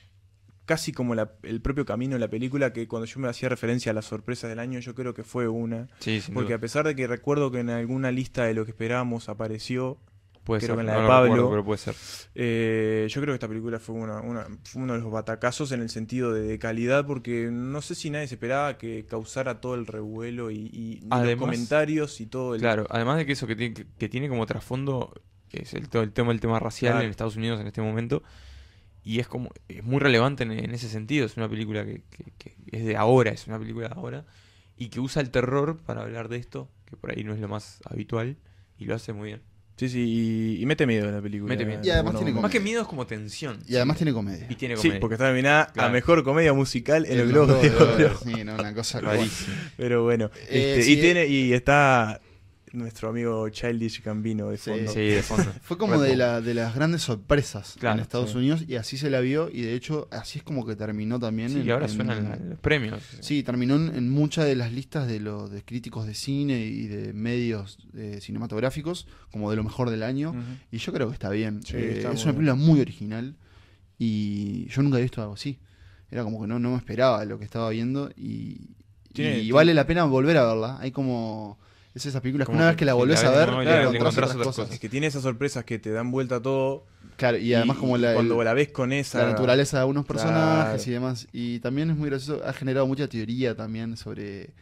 [SPEAKER 3] casi como la- el propio camino de la película que cuando yo me hacía referencia a las sorpresas del año, yo creo que fue una,
[SPEAKER 2] Sí, sin
[SPEAKER 3] porque
[SPEAKER 2] duda.
[SPEAKER 3] a pesar de que recuerdo que en alguna lista de lo que esperábamos apareció
[SPEAKER 2] Puede ser,
[SPEAKER 3] creo que en la
[SPEAKER 2] no
[SPEAKER 3] de
[SPEAKER 2] lo recuerdo,
[SPEAKER 3] Pablo-
[SPEAKER 2] pero puede ser.
[SPEAKER 3] Eh, yo creo que esta película fue, una, una- fue uno de los batacazos en el sentido de, de calidad, porque no sé si nadie se esperaba que causara todo el revuelo y, y- y los
[SPEAKER 2] Además-
[SPEAKER 3] comentarios y todo el.
[SPEAKER 2] Claro, además de que eso que tiene, que, que tiene como trasfondo es el, todo el tema el tema racial
[SPEAKER 3] Claro.
[SPEAKER 2] en Estados Unidos en este momento y es como es muy relevante en, en ese sentido es una película que, que- que es de ahora es una película de ahora y que usa el terror para hablar de esto que por ahí no es lo más habitual y lo hace muy bien
[SPEAKER 3] Sí, sí, y, y mete miedo en la película.
[SPEAKER 2] Mete miedo.
[SPEAKER 1] Y además tiene
[SPEAKER 2] más
[SPEAKER 1] comedia.
[SPEAKER 2] que miedo es como tensión
[SPEAKER 1] Y además tiene comedia.
[SPEAKER 2] y tiene
[SPEAKER 3] Sí,
[SPEAKER 2] comedia
[SPEAKER 3] porque está nominada a
[SPEAKER 2] Claro.
[SPEAKER 3] mejor comedia musical en el
[SPEAKER 1] Tiene
[SPEAKER 3] Globo
[SPEAKER 1] los
[SPEAKER 3] de
[SPEAKER 1] dos
[SPEAKER 3] Oro.
[SPEAKER 1] Sí, no, una cosa
[SPEAKER 2] rarísimo
[SPEAKER 3] Pero bueno,
[SPEAKER 1] Eh,
[SPEAKER 3] este,
[SPEAKER 1] sí,
[SPEAKER 3] y, tiene, y está nuestro amigo Childish Gambino de
[SPEAKER 1] Sí,
[SPEAKER 3] fondo.
[SPEAKER 2] Sí, de fondo.
[SPEAKER 1] Fue como
[SPEAKER 2] Red
[SPEAKER 1] de,
[SPEAKER 2] Bull.
[SPEAKER 1] la, de las grandes sorpresas en
[SPEAKER 2] Claro,
[SPEAKER 1] Estados
[SPEAKER 3] sí.
[SPEAKER 1] Unidos y así se la vio y de hecho así es como que terminó también.
[SPEAKER 2] Sí,
[SPEAKER 1] en-
[SPEAKER 2] y ahora
[SPEAKER 1] en-
[SPEAKER 2] suenan la- los premios.
[SPEAKER 1] Sí, terminó en, en muchas de las listas de los de críticos de cine y de medios eh, cinematográficos como de lo mejor del año
[SPEAKER 2] Mm.
[SPEAKER 3] Ujú.
[SPEAKER 1] y yo creo que está bien.
[SPEAKER 3] Sí,
[SPEAKER 1] Eh,
[SPEAKER 3] está
[SPEAKER 1] es
[SPEAKER 3] muy
[SPEAKER 1] una película muy original y yo nunca había visto algo así. Era como que no, no me esperaba lo que estaba viendo y,
[SPEAKER 3] Tiene-
[SPEAKER 1] y
[SPEAKER 3] tiene-
[SPEAKER 1] vale la pena volver a verla. Hay como... Es esas películas que
[SPEAKER 2] Como
[SPEAKER 1] una
[SPEAKER 2] que
[SPEAKER 1] vez que la
[SPEAKER 2] si la
[SPEAKER 1] volvés a
[SPEAKER 2] ves de
[SPEAKER 1] ver,
[SPEAKER 2] nuevo,
[SPEAKER 3] claro,
[SPEAKER 1] te encontrás otras cosas.
[SPEAKER 3] Es que tiene esas sorpresas que te dan vuelta a todo.
[SPEAKER 1] Claro, y además como la,
[SPEAKER 3] cuando
[SPEAKER 1] el-
[SPEAKER 3] la ves con esa.
[SPEAKER 1] la naturaleza de algunos personajes
[SPEAKER 3] Claro.
[SPEAKER 1] y demás. Y también es muy gracioso, ha generado mucha teoría también sobre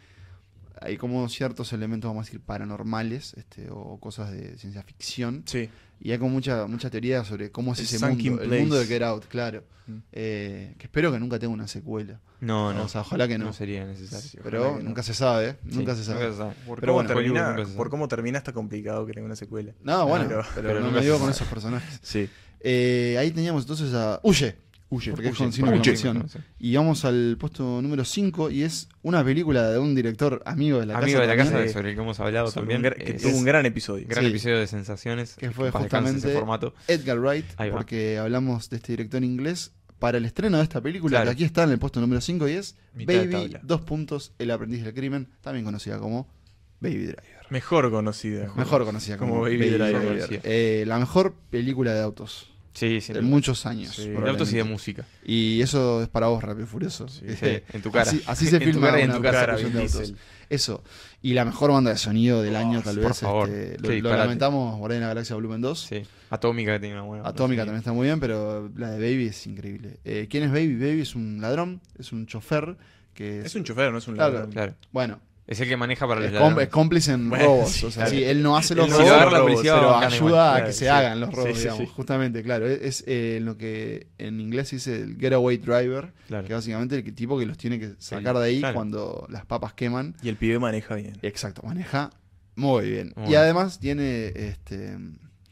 [SPEAKER 1] hay como ciertos elementos, vamos a decir, paranormales, este, o cosas de ciencia ficción.
[SPEAKER 3] Sí.
[SPEAKER 1] Y hay como mucha, mucha teoría sobre cómo es
[SPEAKER 3] El
[SPEAKER 1] ese
[SPEAKER 3] sunken
[SPEAKER 1] mundo, el mundo de
[SPEAKER 3] place.
[SPEAKER 1] Get Out, claro.
[SPEAKER 3] Mm.
[SPEAKER 1] Eh, que espero que nunca tenga una secuela.
[SPEAKER 2] No, no.
[SPEAKER 1] o sea, ojalá que no.
[SPEAKER 2] No sería necesario.
[SPEAKER 1] Pero
[SPEAKER 3] ojalá que no.
[SPEAKER 1] nunca se sabe, ¿eh? nunca se sabe.
[SPEAKER 3] Por,
[SPEAKER 1] Pero
[SPEAKER 3] cómo
[SPEAKER 1] bueno,
[SPEAKER 3] termina,
[SPEAKER 2] Hollywood nunca se
[SPEAKER 3] por
[SPEAKER 2] sabe.
[SPEAKER 3] cómo termina está complicado que tenga una secuela.
[SPEAKER 1] No, Ah, bueno,
[SPEAKER 3] Pero-
[SPEAKER 1] pero,
[SPEAKER 2] pero
[SPEAKER 1] no
[SPEAKER 2] nunca
[SPEAKER 1] me
[SPEAKER 2] se
[SPEAKER 1] digo con
[SPEAKER 2] sabe.
[SPEAKER 1] esos personajes.
[SPEAKER 3] Sí.
[SPEAKER 1] Eh, ahí teníamos entonces a... Huye.
[SPEAKER 3] Huye.
[SPEAKER 1] Porque es
[SPEAKER 2] Huye,
[SPEAKER 1] con cine
[SPEAKER 2] porque
[SPEAKER 1] con
[SPEAKER 2] no
[SPEAKER 1] ficción.
[SPEAKER 2] tiene conexión.
[SPEAKER 1] Y vamos al puesto número 5 y es una película de un director amigo de la
[SPEAKER 2] Amigo
[SPEAKER 1] casa.
[SPEAKER 2] de la
[SPEAKER 1] también,
[SPEAKER 2] casa,
[SPEAKER 3] también.
[SPEAKER 2] sobre el que hemos hablado
[SPEAKER 3] Sobre
[SPEAKER 2] también.
[SPEAKER 3] un gra- que
[SPEAKER 2] es
[SPEAKER 3] tuvo un gran episodio.
[SPEAKER 2] gran
[SPEAKER 1] Sí.
[SPEAKER 2] episodio de sensaciones.
[SPEAKER 1] Que fue
[SPEAKER 2] paz descanse
[SPEAKER 1] justamente-
[SPEAKER 2] Ese formato.
[SPEAKER 1] Edgar Wright,
[SPEAKER 2] Ahí va.
[SPEAKER 1] porque hablamos de este director inglés para el estreno de esta película,
[SPEAKER 2] Claro.
[SPEAKER 1] que aquí está en el puesto número 5 y es
[SPEAKER 3] Mitad de
[SPEAKER 1] Baby,
[SPEAKER 3] tabla.
[SPEAKER 1] dos puntos, El aprendiz del crimen, también conocida como Baby Driver.
[SPEAKER 3] Mejor conocida.
[SPEAKER 1] Mejor conocida como,
[SPEAKER 3] Como Baby Driver.
[SPEAKER 1] Eh, la mejor película de autos
[SPEAKER 2] Sí, sí.
[SPEAKER 1] de muchos años.
[SPEAKER 3] Sí.
[SPEAKER 2] De autos y de
[SPEAKER 1] probablemente.
[SPEAKER 2] música.
[SPEAKER 1] Y eso es para vos, Rápido y Furioso.
[SPEAKER 2] Sí, en tu cara.
[SPEAKER 1] Así, así se
[SPEAKER 2] En tu
[SPEAKER 1] filma
[SPEAKER 2] cara y en
[SPEAKER 1] una
[SPEAKER 2] tu casa,
[SPEAKER 1] persecución
[SPEAKER 3] Vin
[SPEAKER 1] de autos.
[SPEAKER 3] Diesel.
[SPEAKER 1] Eso. Y la mejor banda de sonido del
[SPEAKER 2] Oh,
[SPEAKER 1] año, tal
[SPEAKER 2] sí,
[SPEAKER 1] vez.
[SPEAKER 2] por favor.
[SPEAKER 1] este,
[SPEAKER 2] Qué
[SPEAKER 1] lo, lo
[SPEAKER 2] disparate.
[SPEAKER 1] lamentamos, Guardián de la Galaxia Volumen 2.
[SPEAKER 2] Sí. Atómica que tiene una buena.
[SPEAKER 1] Atómica también está muy bien, pero la de Baby es increíble. Eh, ¿Quién es Baby? Baby es un ladrón, es un chofer que es.
[SPEAKER 3] Es un chofer, no es un
[SPEAKER 1] Claro,
[SPEAKER 3] ladrón.
[SPEAKER 2] Claro.
[SPEAKER 1] Bueno,
[SPEAKER 2] Es el que maneja para los
[SPEAKER 1] es,
[SPEAKER 2] ladrones.
[SPEAKER 1] cóm- es cómplice en
[SPEAKER 3] Bueno,
[SPEAKER 1] robos.
[SPEAKER 3] sí,
[SPEAKER 1] o sea,
[SPEAKER 3] claro.
[SPEAKER 1] sí, él no hace
[SPEAKER 3] Él
[SPEAKER 1] los
[SPEAKER 3] no
[SPEAKER 2] Si
[SPEAKER 1] robos,
[SPEAKER 2] lo agarra la
[SPEAKER 3] robos,
[SPEAKER 2] policía,
[SPEAKER 1] pero
[SPEAKER 2] va a ganar igual.
[SPEAKER 1] ayuda a
[SPEAKER 3] claro,
[SPEAKER 1] que se
[SPEAKER 3] sí.
[SPEAKER 1] hagan los robos,
[SPEAKER 3] Sí, sí,
[SPEAKER 1] digamos,
[SPEAKER 3] sí.
[SPEAKER 1] justamente, claro. Es, es, eh, lo que en inglés se dice el getaway driver,
[SPEAKER 2] Claro.
[SPEAKER 1] que básicamente el que- tipo que los tiene que sacar de ahí
[SPEAKER 2] claro.
[SPEAKER 1] cuando las papas queman.
[SPEAKER 3] Y el pibe maneja bien.
[SPEAKER 1] Exacto, maneja muy bien.
[SPEAKER 2] Muy
[SPEAKER 1] y
[SPEAKER 2] bien.
[SPEAKER 1] además tiene este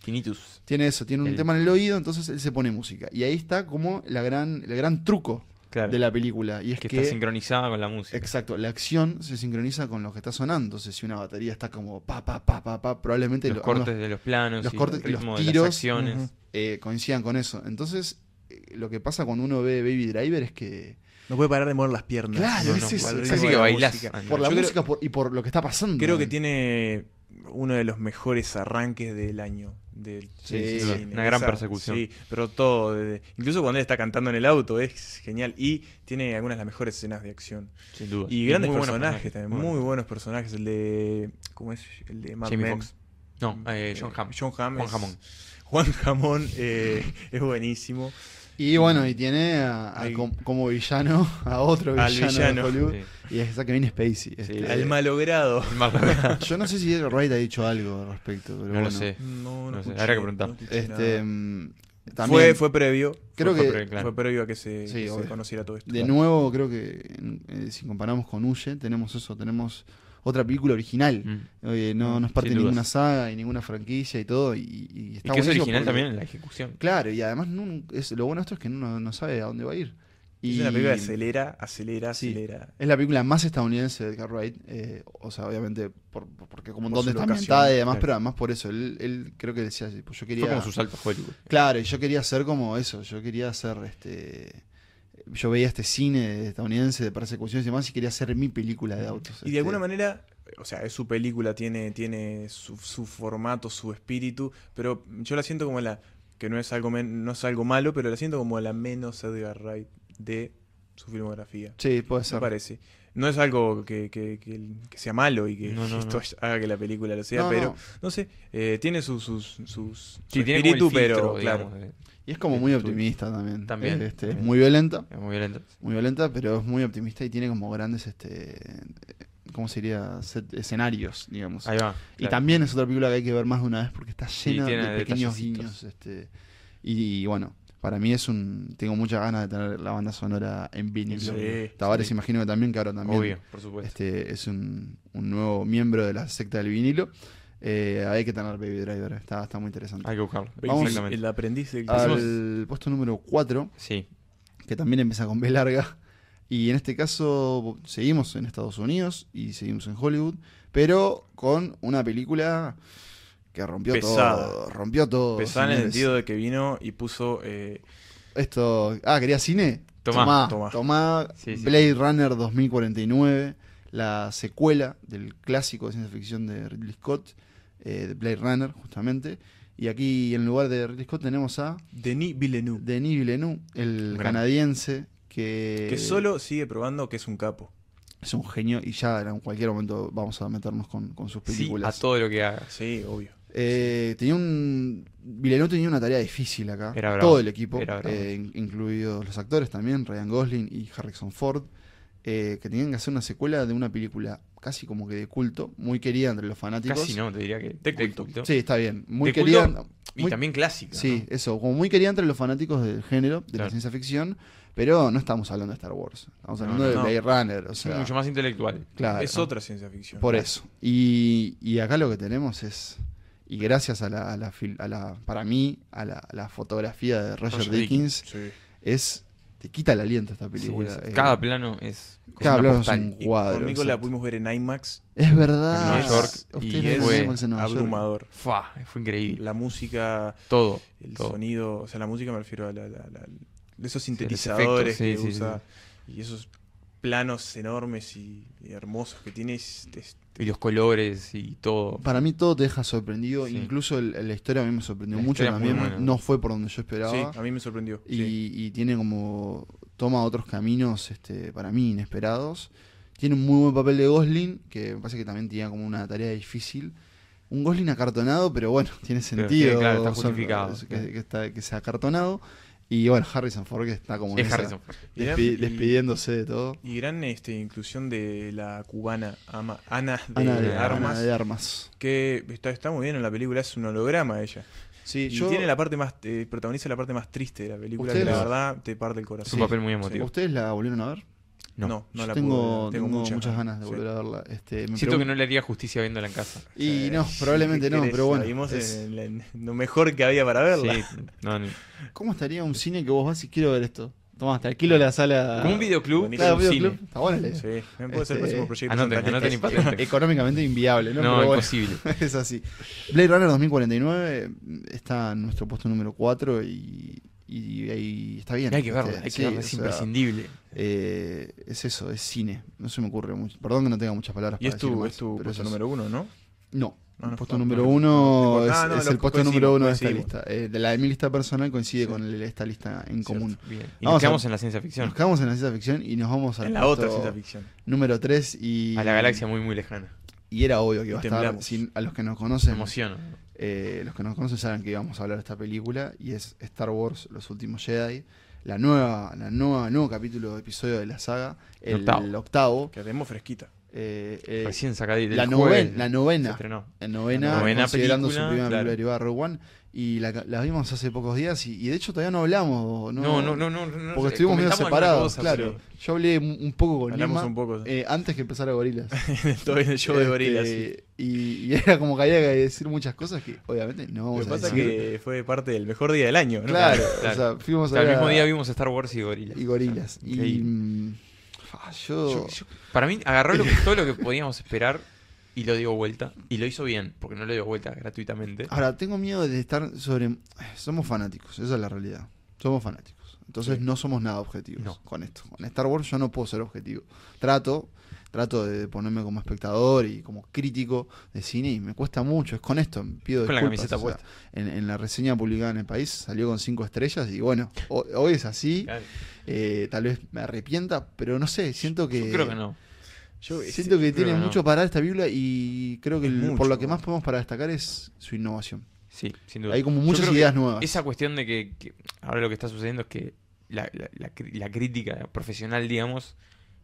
[SPEAKER 2] Quinitus.
[SPEAKER 1] tiene eso, tiene un
[SPEAKER 2] El-
[SPEAKER 1] tema en el oído, entonces él se pone música. Y ahí está como la gran, el gran truco
[SPEAKER 2] Claro.
[SPEAKER 1] de la película. Y es
[SPEAKER 2] que,
[SPEAKER 1] que,
[SPEAKER 2] está sincronizada con la música.
[SPEAKER 1] exacto, la acción se sincroniza con lo que está sonando. Entonces, si una batería está como pa, pa, pa, pa, pa, probablemente
[SPEAKER 2] los
[SPEAKER 1] lo-
[SPEAKER 2] cortes
[SPEAKER 1] unos,
[SPEAKER 2] de los planos,
[SPEAKER 1] los
[SPEAKER 2] y
[SPEAKER 1] cortes y
[SPEAKER 2] el
[SPEAKER 1] los
[SPEAKER 2] ritmo de
[SPEAKER 1] tiros.
[SPEAKER 2] las acciones.
[SPEAKER 3] Ujú.
[SPEAKER 1] eh, coincidan con eso. Entonces, eh, lo que pasa cuando uno ve Baby Driver es que.
[SPEAKER 3] No puede parar de mover las piernas.
[SPEAKER 1] Claro,
[SPEAKER 3] No,
[SPEAKER 1] es
[SPEAKER 3] no,
[SPEAKER 1] eso,
[SPEAKER 3] al
[SPEAKER 1] exacto.
[SPEAKER 3] ritmo
[SPEAKER 2] Así
[SPEAKER 3] de
[SPEAKER 2] que
[SPEAKER 3] la
[SPEAKER 2] bailás.
[SPEAKER 3] música.
[SPEAKER 2] Ah, no.
[SPEAKER 1] Por la
[SPEAKER 3] Yo creo-
[SPEAKER 1] música por- y por lo que está pasando.
[SPEAKER 3] Creo que
[SPEAKER 1] ¿no?
[SPEAKER 3] tiene uno de los mejores arranques del año. Del
[SPEAKER 1] Sí,
[SPEAKER 3] del
[SPEAKER 1] sí,
[SPEAKER 3] cine.
[SPEAKER 2] una gran persecución.
[SPEAKER 3] Sí, pero todo. desde- incluso cuando él está cantando en el auto, es genial. Y tiene algunas de las mejores escenas de acción.
[SPEAKER 2] Sin duda.
[SPEAKER 3] Y grandes
[SPEAKER 2] muy buenos
[SPEAKER 3] personajes también. Muy buenos personajes. El de. ¿Cómo es? El de Mad
[SPEAKER 2] Jamie
[SPEAKER 3] Men.
[SPEAKER 2] Foxx. No, eh, John Hamm.
[SPEAKER 3] John Hamm.
[SPEAKER 2] Juan
[SPEAKER 3] es-
[SPEAKER 2] Jamón.
[SPEAKER 3] Juan Jamón eh, es buenísimo.
[SPEAKER 1] Y bueno, y tiene a- a
[SPEAKER 3] Al-
[SPEAKER 1] com- como villano a otro
[SPEAKER 3] Al
[SPEAKER 1] villano,
[SPEAKER 3] villano.
[SPEAKER 1] de Hollywood.
[SPEAKER 2] Sí.
[SPEAKER 1] Y es que viene Spacey. este,
[SPEAKER 2] Eh,
[SPEAKER 3] Al malogrado.
[SPEAKER 1] Yo no sé si Edgar Wright ha dicho algo al respecto, pero
[SPEAKER 2] no
[SPEAKER 1] bueno.
[SPEAKER 2] lo sé.
[SPEAKER 3] No,
[SPEAKER 2] No sé,
[SPEAKER 3] escuché,
[SPEAKER 2] habrá que preguntar.
[SPEAKER 3] no escuché
[SPEAKER 1] Este,
[SPEAKER 3] nada.
[SPEAKER 1] mm,
[SPEAKER 3] fue,
[SPEAKER 1] también,
[SPEAKER 3] fue previo.
[SPEAKER 1] creo
[SPEAKER 2] fue
[SPEAKER 1] que
[SPEAKER 2] pre- claro.
[SPEAKER 3] Fue previo a que se,
[SPEAKER 1] Sí,
[SPEAKER 3] que se
[SPEAKER 1] obvio.
[SPEAKER 3] conociera todo esto.
[SPEAKER 1] de nuevo creo que en- eh, si comparamos con Huye tenemos eso, tenemos otra película original.
[SPEAKER 2] Mm.
[SPEAKER 1] Eh, no, no es
[SPEAKER 2] Sin
[SPEAKER 1] parte de
[SPEAKER 2] dudas.
[SPEAKER 1] ninguna saga y ninguna franquicia y todo. Y, y
[SPEAKER 2] Y
[SPEAKER 1] está
[SPEAKER 2] que es
[SPEAKER 1] buenísimo
[SPEAKER 2] original
[SPEAKER 1] porque-
[SPEAKER 2] también en la ejecución.
[SPEAKER 1] Claro, y además nun- es, lo bueno de esto es que uno no sabe a dónde va a ir. Y
[SPEAKER 3] Es una película que acelera, acelera,
[SPEAKER 1] Sí.
[SPEAKER 3] acelera.
[SPEAKER 1] es la película más estadounidense de Edgar Wright. eh, o sea, obviamente, por, por- porque como
[SPEAKER 3] Por
[SPEAKER 1] dónde
[SPEAKER 3] su
[SPEAKER 1] está
[SPEAKER 3] locación,
[SPEAKER 1] ambientada y demás,
[SPEAKER 3] claro.
[SPEAKER 1] pero además por eso. Él, él creo que decía, pues yo quería.
[SPEAKER 2] Fue como su salto a Hollywood.
[SPEAKER 1] Claro, y yo quería hacer como eso, yo quería hacer este yo veía este cine estadounidense de persecuciones y demás y quería hacer mi película de autos. este.
[SPEAKER 3] Y de alguna manera, o sea, es su película, tiene, tiene su, su formato, su espíritu, pero yo la siento como la, que no es, algo men- no es algo malo, pero la siento como la menos Edgar Wright de su filmografía.
[SPEAKER 1] Sí, puede
[SPEAKER 3] Me
[SPEAKER 1] ser.
[SPEAKER 3] parece. No es algo que, que- que- que sea malo y que
[SPEAKER 2] No, no,
[SPEAKER 3] esto haga que la película lo sea,
[SPEAKER 1] No,
[SPEAKER 3] pero
[SPEAKER 1] no,
[SPEAKER 3] no, sé, eh, tiene sus, sus, sus su
[SPEAKER 2] Sí, tiene
[SPEAKER 3] espíritu,
[SPEAKER 2] como el filtro,
[SPEAKER 3] pero
[SPEAKER 2] digamos,
[SPEAKER 3] claro.
[SPEAKER 2] de-
[SPEAKER 1] Y es como muy optimista también.
[SPEAKER 2] También.
[SPEAKER 1] Eh, este, es
[SPEAKER 2] También.
[SPEAKER 1] muy violenta,
[SPEAKER 2] Es muy violento.
[SPEAKER 1] muy violenta, pero es muy optimista y tiene como grandes este eh, ¿cómo sería? Set- escenarios, digamos.
[SPEAKER 2] Ahí va.
[SPEAKER 1] Y
[SPEAKER 2] claro.
[SPEAKER 1] también es otra película que hay que ver más de una vez porque está llena
[SPEAKER 2] tiene
[SPEAKER 1] de pequeños
[SPEAKER 2] detallecitos.
[SPEAKER 1] guiños. Este, y, bueno, para mí es un. Tengo muchas ganas de tener la banda sonora en vinilo.
[SPEAKER 3] Sí,
[SPEAKER 1] Tavares,
[SPEAKER 3] sí.
[SPEAKER 1] imagino que también, que ahora también
[SPEAKER 2] Obvio, por supuesto.
[SPEAKER 1] este, es un, un nuevo miembro de la secta del vinilo. Eh, hay que tener Baby Driver, está, está muy interesante.
[SPEAKER 2] Hay que buscarlo.
[SPEAKER 1] Vamos-
[SPEAKER 2] Exactamente.
[SPEAKER 3] el aprendiz del
[SPEAKER 1] Al puesto número 4,
[SPEAKER 2] Sí.
[SPEAKER 1] que también empieza con B larga, Y en este caso seguimos en Estados Unidos y seguimos en Hollywood, pero con una película que rompió
[SPEAKER 3] Pesada.
[SPEAKER 1] todo. Rompió todo.
[SPEAKER 3] Pesada en el
[SPEAKER 1] señores.
[SPEAKER 3] sentido de que vino y puso. eh,
[SPEAKER 1] Esto. Ah, ¿quería cine?
[SPEAKER 2] Tomá,
[SPEAKER 1] tomá.
[SPEAKER 3] tomá.
[SPEAKER 2] Sí, sí.
[SPEAKER 1] Blade Runner 2049, la secuela del clásico de ciencia ficción de Ridley Scott, eh, de Blade Runner, justamente. Y aquí, en lugar de Ridley Scott, tenemos a
[SPEAKER 3] Denis Villeneuve.
[SPEAKER 1] Denis Villeneuve, el
[SPEAKER 2] Un gran-
[SPEAKER 1] canadiense, que,
[SPEAKER 3] que solo sigue probando que es un capo.
[SPEAKER 1] es un genio y ya en cualquier momento vamos a meternos con, con sus
[SPEAKER 2] Sí, a
[SPEAKER 1] películas.
[SPEAKER 2] todo lo que hagas.
[SPEAKER 3] Sí, obvio.
[SPEAKER 1] Eh, tenía un. Villeneuve tenía una tarea difícil acá.
[SPEAKER 2] Era bravo,
[SPEAKER 1] todo el equipo,
[SPEAKER 2] era bravo.
[SPEAKER 1] eh, in- incluidos los actores también, Ryan Gosling y Harrison Ford, eh, que tenían que hacer una secuela de una película casi como que de culto, muy querida entre los fanáticos.
[SPEAKER 2] Casi no, te diría que.
[SPEAKER 3] De culto.
[SPEAKER 1] Sí, está bien. Muy
[SPEAKER 2] De culto
[SPEAKER 1] querida.
[SPEAKER 2] Y
[SPEAKER 1] muy-
[SPEAKER 2] también clásica.
[SPEAKER 1] Sí, eso, como muy querida entre los fanáticos del género, de la
[SPEAKER 2] Claro.
[SPEAKER 1] ciencia ficción, pero no estamos hablando de Star Wars, estamos
[SPEAKER 2] No,
[SPEAKER 1] hablando
[SPEAKER 2] no,
[SPEAKER 1] de
[SPEAKER 3] no.
[SPEAKER 1] Blade Runner, o
[SPEAKER 2] Es
[SPEAKER 1] sea,
[SPEAKER 2] mucho más intelectual.
[SPEAKER 1] claro,
[SPEAKER 3] es otra ciencia ficción.
[SPEAKER 1] por eso. Y, y acá lo que tenemos es, y gracias a la, a la fil- a la- para mí, a la, a la fotografía de Roger,
[SPEAKER 2] Roger
[SPEAKER 1] Dickens,
[SPEAKER 3] Sí.
[SPEAKER 1] es, te quita el aliento esta película.
[SPEAKER 2] Sí, sí.
[SPEAKER 1] eh,
[SPEAKER 2] Cada plano es. como
[SPEAKER 1] cada
[SPEAKER 2] una
[SPEAKER 1] plano es
[SPEAKER 2] postal.
[SPEAKER 1] un
[SPEAKER 3] Y
[SPEAKER 1] cuadro.
[SPEAKER 3] Con Nico la
[SPEAKER 1] exacto.
[SPEAKER 3] pudimos ver en IMAX.
[SPEAKER 1] Es verdad.
[SPEAKER 2] en Nueva York,
[SPEAKER 1] Ustedes
[SPEAKER 2] y
[SPEAKER 1] la
[SPEAKER 2] es
[SPEAKER 1] vieron en Nueva York.
[SPEAKER 3] abrumador.
[SPEAKER 2] Fua, fue increíble.
[SPEAKER 3] La música,
[SPEAKER 2] Todo.
[SPEAKER 3] el
[SPEAKER 2] todo.
[SPEAKER 3] sonido, o sea, la música me refiero a la- la- la- de esos
[SPEAKER 2] los efectos,
[SPEAKER 3] sintetizadores
[SPEAKER 2] sí, sí,
[SPEAKER 3] que
[SPEAKER 2] sí,
[SPEAKER 3] usa y esos planos enormes y, y hermosos que tiene. es- es-
[SPEAKER 2] Y los colores y todo.
[SPEAKER 1] Para mí todo te deja sorprendido,
[SPEAKER 2] Sí.
[SPEAKER 1] incluso el- la historia a mí me sorprendió
[SPEAKER 2] La
[SPEAKER 1] mucho
[SPEAKER 2] historia es muy
[SPEAKER 1] también,
[SPEAKER 2] buena.
[SPEAKER 1] no fue por donde yo esperaba.
[SPEAKER 3] sí, a mí me sorprendió.
[SPEAKER 1] y,
[SPEAKER 3] sí.
[SPEAKER 1] y tiene como toma otros caminos este, para mí inesperados tiene un muy buen papel de Gosling que me parece que también tenía como una tarea difícil un Gosling acartonado pero bueno tiene
[SPEAKER 2] Pero tiene,
[SPEAKER 1] sentido
[SPEAKER 2] claro, está
[SPEAKER 1] o sea,
[SPEAKER 2] justificado,
[SPEAKER 1] que,
[SPEAKER 2] claro.
[SPEAKER 1] que está- que sea acartonado y bueno Harrison Ford que está como en
[SPEAKER 2] es
[SPEAKER 1] esa,
[SPEAKER 2] Harrison. Ford.
[SPEAKER 3] Y gran-
[SPEAKER 1] despi-
[SPEAKER 3] y-
[SPEAKER 1] despidiéndose de todo
[SPEAKER 3] Y gran este, inclusión de la cubana Ama- Ana de
[SPEAKER 1] Ana de,
[SPEAKER 3] Armas,
[SPEAKER 1] Ana de Armas
[SPEAKER 3] que está, está muy bien en la película, es un holograma ella.
[SPEAKER 1] sí
[SPEAKER 3] Y
[SPEAKER 1] yo
[SPEAKER 3] tiene la parte más, eh, protagoniza la parte más triste de la película, que
[SPEAKER 1] Ustedes-
[SPEAKER 3] la verdad te parte el
[SPEAKER 2] Es
[SPEAKER 3] corazón.
[SPEAKER 2] un
[SPEAKER 1] Sí.
[SPEAKER 2] papel muy emotivo.
[SPEAKER 1] ustedes la volvieron a ver
[SPEAKER 3] No, no,
[SPEAKER 1] yo
[SPEAKER 3] la
[SPEAKER 1] tengo,
[SPEAKER 3] pude ver,
[SPEAKER 1] tengo muchas, ganas de
[SPEAKER 3] sí.
[SPEAKER 1] volver a verla este, me
[SPEAKER 2] Siento que
[SPEAKER 1] pregun-
[SPEAKER 2] no le haría justicia viéndola en casa.
[SPEAKER 1] y
[SPEAKER 3] Eh,
[SPEAKER 1] no
[SPEAKER 3] sí,
[SPEAKER 1] probablemente
[SPEAKER 3] ¿qué
[SPEAKER 1] no
[SPEAKER 3] querés? eh,
[SPEAKER 1] pero bueno
[SPEAKER 3] La vimos
[SPEAKER 1] es-
[SPEAKER 3] en, la- en lo mejor que había para verla.
[SPEAKER 2] Sí, no, ni-
[SPEAKER 1] ¿Cómo estaría un cine que vos vas y quiero ver esto? Tomás, te alquilo la sala.
[SPEAKER 2] Como un videoclub,
[SPEAKER 3] Ah, Buenísimo.
[SPEAKER 1] Claro,
[SPEAKER 2] pero un
[SPEAKER 1] videoclub.
[SPEAKER 2] cine.
[SPEAKER 1] Está buena la idea.
[SPEAKER 3] Sí, también puede ser
[SPEAKER 1] Este,
[SPEAKER 3] el próximo proyecto.
[SPEAKER 2] anoten,
[SPEAKER 3] Santa
[SPEAKER 2] anoten y
[SPEAKER 3] Cruz.
[SPEAKER 2] patenten.
[SPEAKER 1] Económicamente inviable, ¿no?
[SPEAKER 2] No,
[SPEAKER 1] Pero bueno,
[SPEAKER 2] imposible.
[SPEAKER 1] es así. Blade Runner 2049 mm, está en nuestro puesto número 4 y, y ahí está bien.
[SPEAKER 2] Hay que verla,
[SPEAKER 1] Este,
[SPEAKER 2] hay que
[SPEAKER 1] sí,
[SPEAKER 2] verla,
[SPEAKER 1] o
[SPEAKER 2] es
[SPEAKER 1] sea,
[SPEAKER 2] imprescindible.
[SPEAKER 1] eh, es eso, es cine. No se me ocurre mucho. Perdón que no tenga muchas palabras
[SPEAKER 3] Y es
[SPEAKER 1] para decir
[SPEAKER 3] tu,
[SPEAKER 1] más,
[SPEAKER 3] es tu
[SPEAKER 1] pero
[SPEAKER 3] puesto
[SPEAKER 1] es eso.
[SPEAKER 3] número uno, ¿no?
[SPEAKER 1] No,
[SPEAKER 3] Ah, no,
[SPEAKER 1] el puesto
[SPEAKER 3] no,
[SPEAKER 1] número
[SPEAKER 3] no, no,
[SPEAKER 1] uno
[SPEAKER 3] no,
[SPEAKER 1] es,
[SPEAKER 3] no,
[SPEAKER 1] es
[SPEAKER 3] lo
[SPEAKER 1] el puesto
[SPEAKER 3] coincidimos,
[SPEAKER 1] número uno de esta
[SPEAKER 3] coincidimos.
[SPEAKER 1] lista. Eh, de la de mi lista personal coincide
[SPEAKER 3] Sí.
[SPEAKER 1] con el- esta lista en
[SPEAKER 3] Cierto.
[SPEAKER 1] común.
[SPEAKER 2] Bien.
[SPEAKER 1] Vamos a-
[SPEAKER 2] Y nos quedamos en la ciencia ficción.
[SPEAKER 1] Nos quedamos en la ciencia ficción y nos vamos a
[SPEAKER 3] En la otra ciencia ficción.
[SPEAKER 1] número 3 y
[SPEAKER 2] A la galaxia muy, muy lejana.
[SPEAKER 1] y era obvio que iba a
[SPEAKER 3] Y
[SPEAKER 1] estar
[SPEAKER 3] temblamos.
[SPEAKER 1] sin, a los que nos
[SPEAKER 2] Me
[SPEAKER 1] conocen
[SPEAKER 2] emociono.
[SPEAKER 1] eh, los que nos conocen saben que íbamos a hablar de esta película y es Star Wars los últimos Jedi la nueva la nueva nuevo capítulo episodio de la saga el octavo,
[SPEAKER 2] Octavo.
[SPEAKER 3] Que la tenemos fresquita.
[SPEAKER 1] eh, eh,
[SPEAKER 2] Recién sacadita.
[SPEAKER 1] la,
[SPEAKER 2] el
[SPEAKER 1] noven-
[SPEAKER 2] jueves
[SPEAKER 1] la
[SPEAKER 2] Se
[SPEAKER 1] novena
[SPEAKER 2] estrenó.
[SPEAKER 1] la novena,
[SPEAKER 2] La novena
[SPEAKER 1] considerando
[SPEAKER 2] película,
[SPEAKER 1] su primera
[SPEAKER 2] claro.
[SPEAKER 1] película derivada de Rogue One y la, ca- la vimos hace pocos días y, y de hecho todavía no hablamos no,
[SPEAKER 2] No, no, no, no. no
[SPEAKER 1] porque
[SPEAKER 2] sé,
[SPEAKER 1] estuvimos medio
[SPEAKER 2] comentamos alguna
[SPEAKER 1] separados
[SPEAKER 2] cosa,
[SPEAKER 1] claro
[SPEAKER 2] pero-
[SPEAKER 1] yo hablé un, un poco con
[SPEAKER 3] Hablamos
[SPEAKER 1] Lima
[SPEAKER 3] un poco.
[SPEAKER 1] eh, antes que empezara Gorilas
[SPEAKER 3] Todo en el show de
[SPEAKER 1] Este,
[SPEAKER 3] gorilas.
[SPEAKER 1] Y, y era como que había que decir muchas cosas que obviamente no
[SPEAKER 3] Lo
[SPEAKER 1] vamos
[SPEAKER 3] que
[SPEAKER 1] a
[SPEAKER 3] pasa
[SPEAKER 1] decir.
[SPEAKER 3] que fue parte del mejor día del año, ¿no?
[SPEAKER 1] claro,
[SPEAKER 2] Claro.
[SPEAKER 1] o sea, fuimos
[SPEAKER 2] O
[SPEAKER 1] a
[SPEAKER 2] sea, al
[SPEAKER 1] ver
[SPEAKER 2] mismo
[SPEAKER 1] a-
[SPEAKER 2] día vimos Star Wars y Gorila.
[SPEAKER 1] y gorilas. Y
[SPEAKER 2] Increíble.
[SPEAKER 1] mm, ah, yo,
[SPEAKER 2] Yo- yo- para mí, agarró lo que- todo lo que podíamos esperar y lo dio vuelta. Y lo hizo bien, porque no lo dio vuelta gratuitamente.
[SPEAKER 1] ahora tengo miedo de estar sobre somos fanáticos, esa es la realidad. Somos fanáticos. Entonces
[SPEAKER 3] Sí.
[SPEAKER 1] no somos nada objetivos
[SPEAKER 2] No.
[SPEAKER 1] con esto. Con Star Wars yo no puedo ser objetivo. Trato trato de ponerme como espectador y como crítico de cine y me cuesta mucho, es con esto, pido
[SPEAKER 2] Con la
[SPEAKER 1] disculpas,
[SPEAKER 2] camiseta
[SPEAKER 1] o sea,
[SPEAKER 2] puesta.
[SPEAKER 1] en, en la reseña publicada en el país salió con cinco estrellas y bueno, ho- hoy es así, eh, tal vez me arrepienta, pero no sé, siento que,
[SPEAKER 2] Yo creo que no.
[SPEAKER 3] Yo, este,
[SPEAKER 1] siento que
[SPEAKER 2] creo
[SPEAKER 1] tiene
[SPEAKER 2] que no.
[SPEAKER 1] mucho para dar esta Biblia y creo que
[SPEAKER 3] Es
[SPEAKER 1] el- por
[SPEAKER 3] mucho,
[SPEAKER 1] lo que
[SPEAKER 3] ¿no?
[SPEAKER 1] más podemos para destacar es su innovación.
[SPEAKER 2] Sí, sin duda.
[SPEAKER 1] Hay como
[SPEAKER 2] Yo
[SPEAKER 1] muchas
[SPEAKER 2] creo que
[SPEAKER 1] ideas nuevas.
[SPEAKER 2] Esa cuestión de que, que ahora lo que está sucediendo es que la, la- la cri- la crítica profesional, digamos,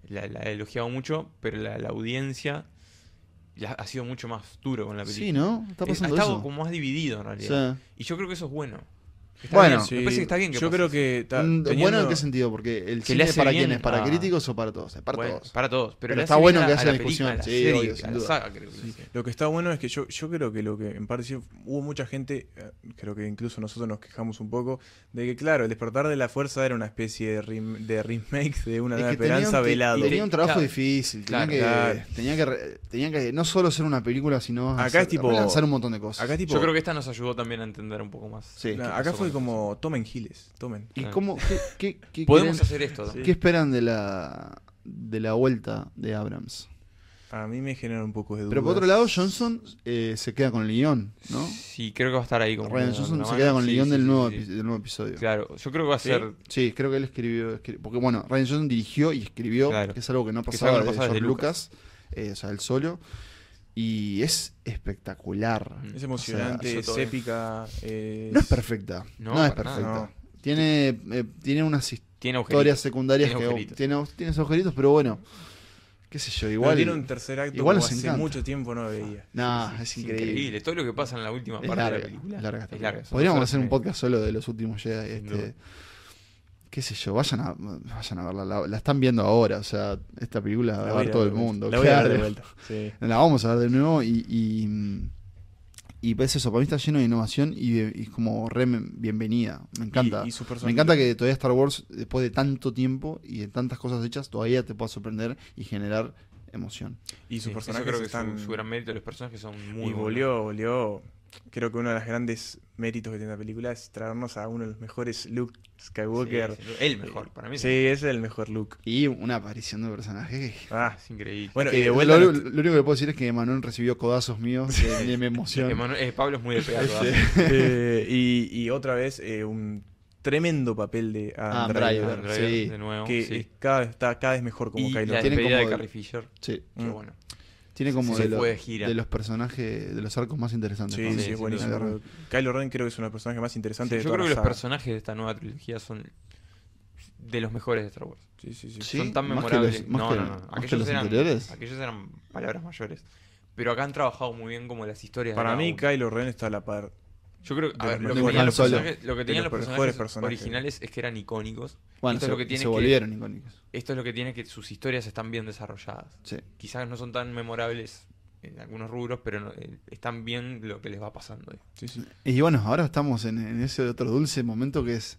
[SPEAKER 2] la, la ha elogiado mucho, pero la, la audiencia la- ha sido mucho más duro con la película.
[SPEAKER 1] Sí, ¿no? Está
[SPEAKER 2] Eh, ha
[SPEAKER 1] pasando
[SPEAKER 2] estado
[SPEAKER 1] eso.
[SPEAKER 2] como más dividido en
[SPEAKER 1] O
[SPEAKER 2] realidad.
[SPEAKER 1] sea,
[SPEAKER 2] Y yo creo que eso es bueno. Está
[SPEAKER 1] Bueno.
[SPEAKER 2] bien, me parece que está bien que
[SPEAKER 3] yo
[SPEAKER 2] pase
[SPEAKER 3] creo
[SPEAKER 2] eso.
[SPEAKER 3] que está
[SPEAKER 1] Mm, Bueno, ¿en
[SPEAKER 3] teniendo-
[SPEAKER 1] qué sentido? Porque el
[SPEAKER 2] Que le
[SPEAKER 1] cine
[SPEAKER 2] hace
[SPEAKER 1] para
[SPEAKER 2] bien
[SPEAKER 1] quién es, para
[SPEAKER 2] a-
[SPEAKER 1] críticos o para todos, es para
[SPEAKER 2] Bueno,
[SPEAKER 1] todos.
[SPEAKER 2] para todos. Pero,
[SPEAKER 1] Pero
[SPEAKER 2] le
[SPEAKER 1] está
[SPEAKER 2] hace
[SPEAKER 1] bueno
[SPEAKER 2] bien
[SPEAKER 1] que
[SPEAKER 2] a-
[SPEAKER 1] haya
[SPEAKER 2] a la película,
[SPEAKER 1] discusión,
[SPEAKER 2] a la
[SPEAKER 1] sí,
[SPEAKER 2] serie,
[SPEAKER 1] obvio, sin
[SPEAKER 2] a la
[SPEAKER 1] duda.
[SPEAKER 2] saga, creo que le hace.
[SPEAKER 3] Lo que está bueno es que yo, yo creo que lo que en parte sí, hubo mucha gente, eh, creo que incluso nosotros nos quejamos un poco, de que claro, el despertar de la fuerza era una especie de, rem- de remake de una
[SPEAKER 1] Es
[SPEAKER 3] nueva
[SPEAKER 1] que
[SPEAKER 3] esperanza
[SPEAKER 1] tenían que-
[SPEAKER 3] velado.
[SPEAKER 1] Tenía un trabajo
[SPEAKER 2] Claro.
[SPEAKER 1] difícil. Tenía,
[SPEAKER 2] Claro,
[SPEAKER 1] que,
[SPEAKER 3] claro.
[SPEAKER 1] tenía, que, re- tenía que no solo ser una película, sino
[SPEAKER 3] Acá
[SPEAKER 1] hacer-
[SPEAKER 3] es tipo-
[SPEAKER 1] relanzar un montón de cosas.
[SPEAKER 3] Acá tipo,
[SPEAKER 2] Yo creo que esta nos ayudó también a entender un poco más.
[SPEAKER 1] Sí.
[SPEAKER 2] qué
[SPEAKER 3] na-
[SPEAKER 2] pasó
[SPEAKER 3] acá fue
[SPEAKER 2] con el
[SPEAKER 3] como tomen giles, tomen.
[SPEAKER 1] ¿Y
[SPEAKER 2] Ah.
[SPEAKER 1] cómo, qué, qué- qué
[SPEAKER 2] personaje. Podemos
[SPEAKER 1] creen-
[SPEAKER 2] hacer esto.
[SPEAKER 1] qué esperan de la, de la vuelta de Abrams?
[SPEAKER 3] A mí me genera un poco de duda.
[SPEAKER 1] Pero por otro lado, Johnson eh, se queda con el guión, ¿no?
[SPEAKER 2] Sí, creo que va a estar ahí. Como
[SPEAKER 1] Ryan
[SPEAKER 2] dando
[SPEAKER 1] Johnson
[SPEAKER 2] una
[SPEAKER 1] se
[SPEAKER 2] mano.
[SPEAKER 1] queda con el
[SPEAKER 2] Sí,
[SPEAKER 1] guión
[SPEAKER 2] sí,
[SPEAKER 1] del,
[SPEAKER 2] sí,
[SPEAKER 1] nuevo
[SPEAKER 2] sí.
[SPEAKER 1] epi- del nuevo episodio.
[SPEAKER 2] Claro, yo creo que va a
[SPEAKER 3] ¿Sí?
[SPEAKER 2] ser.
[SPEAKER 1] Sí, creo que él escribió, escri- porque bueno, Ryan Johnson dirigió y escribió,
[SPEAKER 2] Claro.
[SPEAKER 1] que es algo que no
[SPEAKER 2] es
[SPEAKER 1] pasaba
[SPEAKER 2] algo que
[SPEAKER 1] desde
[SPEAKER 2] no pasaba
[SPEAKER 1] George
[SPEAKER 2] desde
[SPEAKER 1] Lucas, eh, o sea, él solo. Y es espectacular.
[SPEAKER 2] Mm.
[SPEAKER 3] Es emocionante,
[SPEAKER 1] O
[SPEAKER 2] sea,
[SPEAKER 3] es
[SPEAKER 2] hizo todo bien.
[SPEAKER 3] épica. es-
[SPEAKER 1] No es perfecta. No,
[SPEAKER 2] No,
[SPEAKER 1] es
[SPEAKER 2] para
[SPEAKER 1] perfecta.
[SPEAKER 2] nada,
[SPEAKER 1] Tiene, eh, tiene unas historias
[SPEAKER 2] Tiene agujeritos.
[SPEAKER 1] secundarias
[SPEAKER 2] Tiene
[SPEAKER 1] que
[SPEAKER 2] agujeritos.
[SPEAKER 1] tiene, tiene esos agujeritos, pero bueno. Qué sé yo,
[SPEAKER 3] Pero
[SPEAKER 1] igual.
[SPEAKER 3] tiene un tercer acto
[SPEAKER 1] igual
[SPEAKER 3] que
[SPEAKER 1] nos
[SPEAKER 3] hace
[SPEAKER 1] encanta.
[SPEAKER 3] mucho tiempo no veía.
[SPEAKER 1] Nah, es
[SPEAKER 2] Es
[SPEAKER 1] increíble.
[SPEAKER 2] increíble. Todo lo que pasa en la última
[SPEAKER 1] Es
[SPEAKER 2] parte
[SPEAKER 1] larga,
[SPEAKER 2] de la película.
[SPEAKER 1] es larga esta
[SPEAKER 2] es larga.
[SPEAKER 1] película.
[SPEAKER 2] son
[SPEAKER 1] Podríamos
[SPEAKER 2] dos
[SPEAKER 1] hacer un
[SPEAKER 2] horas y media.
[SPEAKER 1] podcast solo de los últimos Jedi.
[SPEAKER 2] Sin
[SPEAKER 1] Este,
[SPEAKER 2] duda.
[SPEAKER 1] qué sé yo, vayan a, vayan a verla. La, la están viendo ahora, o sea, esta película la va a
[SPEAKER 3] voy
[SPEAKER 1] ver
[SPEAKER 3] a
[SPEAKER 1] todo
[SPEAKER 3] de
[SPEAKER 1] el
[SPEAKER 3] vuelta.
[SPEAKER 1] mundo.
[SPEAKER 3] La voy a ver de
[SPEAKER 1] claro.
[SPEAKER 3] vuelta. Sí.
[SPEAKER 1] La vamos a ver de nuevo y. y y es eso, para mí está lleno de innovación y, y es como re bienvenida. Me encanta.
[SPEAKER 3] Y- y su
[SPEAKER 1] Me
[SPEAKER 3] personaje-
[SPEAKER 1] encanta que todavía Star Wars, después de tanto tiempo y de tantas cosas hechas, todavía te pueda sorprender y generar emoción.
[SPEAKER 3] Y sus
[SPEAKER 2] Sí, eso
[SPEAKER 3] personajes
[SPEAKER 2] creo que
[SPEAKER 3] están...
[SPEAKER 2] su, su gran mérito de los personajes son muy
[SPEAKER 3] y
[SPEAKER 2] buenos.
[SPEAKER 3] volvió, volvió. Creo que uno de los grandes méritos que tiene la película es traernos a uno de los mejores Luke Skywalker.
[SPEAKER 2] Sí, sí, el mejor, para mí.
[SPEAKER 3] Sí, es el mejor Luke.
[SPEAKER 1] Y una aparición de personaje que...
[SPEAKER 3] Ah,
[SPEAKER 2] Es increíble.
[SPEAKER 3] bueno,
[SPEAKER 1] que
[SPEAKER 3] y de
[SPEAKER 1] lo-
[SPEAKER 3] vuelta.
[SPEAKER 1] lo,
[SPEAKER 3] nos-
[SPEAKER 1] lo único que puedo decir es que Manuel recibió codazos míos de, de mi emoción.
[SPEAKER 2] Emanuel- eh, Pablo es muy de pegar. ¿verdad?
[SPEAKER 3] eh, y, y otra vez, eh, un tremendo papel de
[SPEAKER 1] Ah,
[SPEAKER 3] Adam
[SPEAKER 1] Driver,
[SPEAKER 3] Driver.
[SPEAKER 2] Adam Driver,
[SPEAKER 1] sí.
[SPEAKER 2] de nuevo.
[SPEAKER 3] Que
[SPEAKER 2] sí.
[SPEAKER 3] es cada, está cada vez mejor como
[SPEAKER 2] y
[SPEAKER 3] Kylo
[SPEAKER 2] la
[SPEAKER 3] Ren.
[SPEAKER 1] tienen
[SPEAKER 2] despedida de
[SPEAKER 1] como-
[SPEAKER 2] Carrie Fisher.
[SPEAKER 1] Sí.
[SPEAKER 2] Qué
[SPEAKER 3] Mm.
[SPEAKER 2] bueno.
[SPEAKER 1] Tiene como
[SPEAKER 2] Se
[SPEAKER 1] de,
[SPEAKER 2] fue
[SPEAKER 1] lo-
[SPEAKER 2] de gira.
[SPEAKER 1] de los personajes, de los arcos más interesantes.
[SPEAKER 3] Sí,
[SPEAKER 1] ¿no?
[SPEAKER 3] sí,
[SPEAKER 2] Sí,
[SPEAKER 3] es
[SPEAKER 2] sin
[SPEAKER 3] buenísimo.
[SPEAKER 1] duda.
[SPEAKER 3] Kylo Ren creo que es uno de los personajes más
[SPEAKER 2] Sí,
[SPEAKER 3] interesantes de
[SPEAKER 2] yo
[SPEAKER 3] toda
[SPEAKER 2] creo que
[SPEAKER 3] la
[SPEAKER 2] los
[SPEAKER 3] saga.
[SPEAKER 2] personajes de esta nueva trilogía son de los mejores de Star Wars.
[SPEAKER 3] Sí, sí, sí.
[SPEAKER 1] Sí.
[SPEAKER 2] Son tan
[SPEAKER 1] Más que
[SPEAKER 2] memorables.
[SPEAKER 1] los- más
[SPEAKER 2] no,
[SPEAKER 1] que-
[SPEAKER 2] no,
[SPEAKER 1] más
[SPEAKER 2] no,
[SPEAKER 1] que
[SPEAKER 2] Aquellos,
[SPEAKER 1] los
[SPEAKER 2] eran,
[SPEAKER 1] anteriores.
[SPEAKER 2] aquellos eran palabras mayores. Pero acá han trabajado muy bien como las historias. de
[SPEAKER 3] Para
[SPEAKER 2] cada
[SPEAKER 3] mí,
[SPEAKER 2] uno.
[SPEAKER 3] Kylo Ren está a la par.
[SPEAKER 2] Yo creo
[SPEAKER 3] de
[SPEAKER 2] a ver, lo
[SPEAKER 3] los
[SPEAKER 2] que
[SPEAKER 1] mejores.
[SPEAKER 2] tenían los
[SPEAKER 1] Han Solo.
[SPEAKER 2] personajes, lo que tenían
[SPEAKER 3] los
[SPEAKER 2] los
[SPEAKER 3] mejores
[SPEAKER 2] personajes,
[SPEAKER 3] personajes.
[SPEAKER 2] originales es que eran icónicos.
[SPEAKER 1] Bueno, se,
[SPEAKER 2] Esto es lo que tiene
[SPEAKER 1] se
[SPEAKER 2] que-
[SPEAKER 1] volvieron icónicos.
[SPEAKER 2] Esto es lo que tiene que sus historias están bien desarrolladas.
[SPEAKER 1] Sí.
[SPEAKER 2] Quizás no son tan memorables en algunos rubros, pero no- eh, están bien lo que les va pasando. eh.
[SPEAKER 3] Sí, sí.
[SPEAKER 1] Y bueno, ahora estamos en, en ese otro dulce momento que es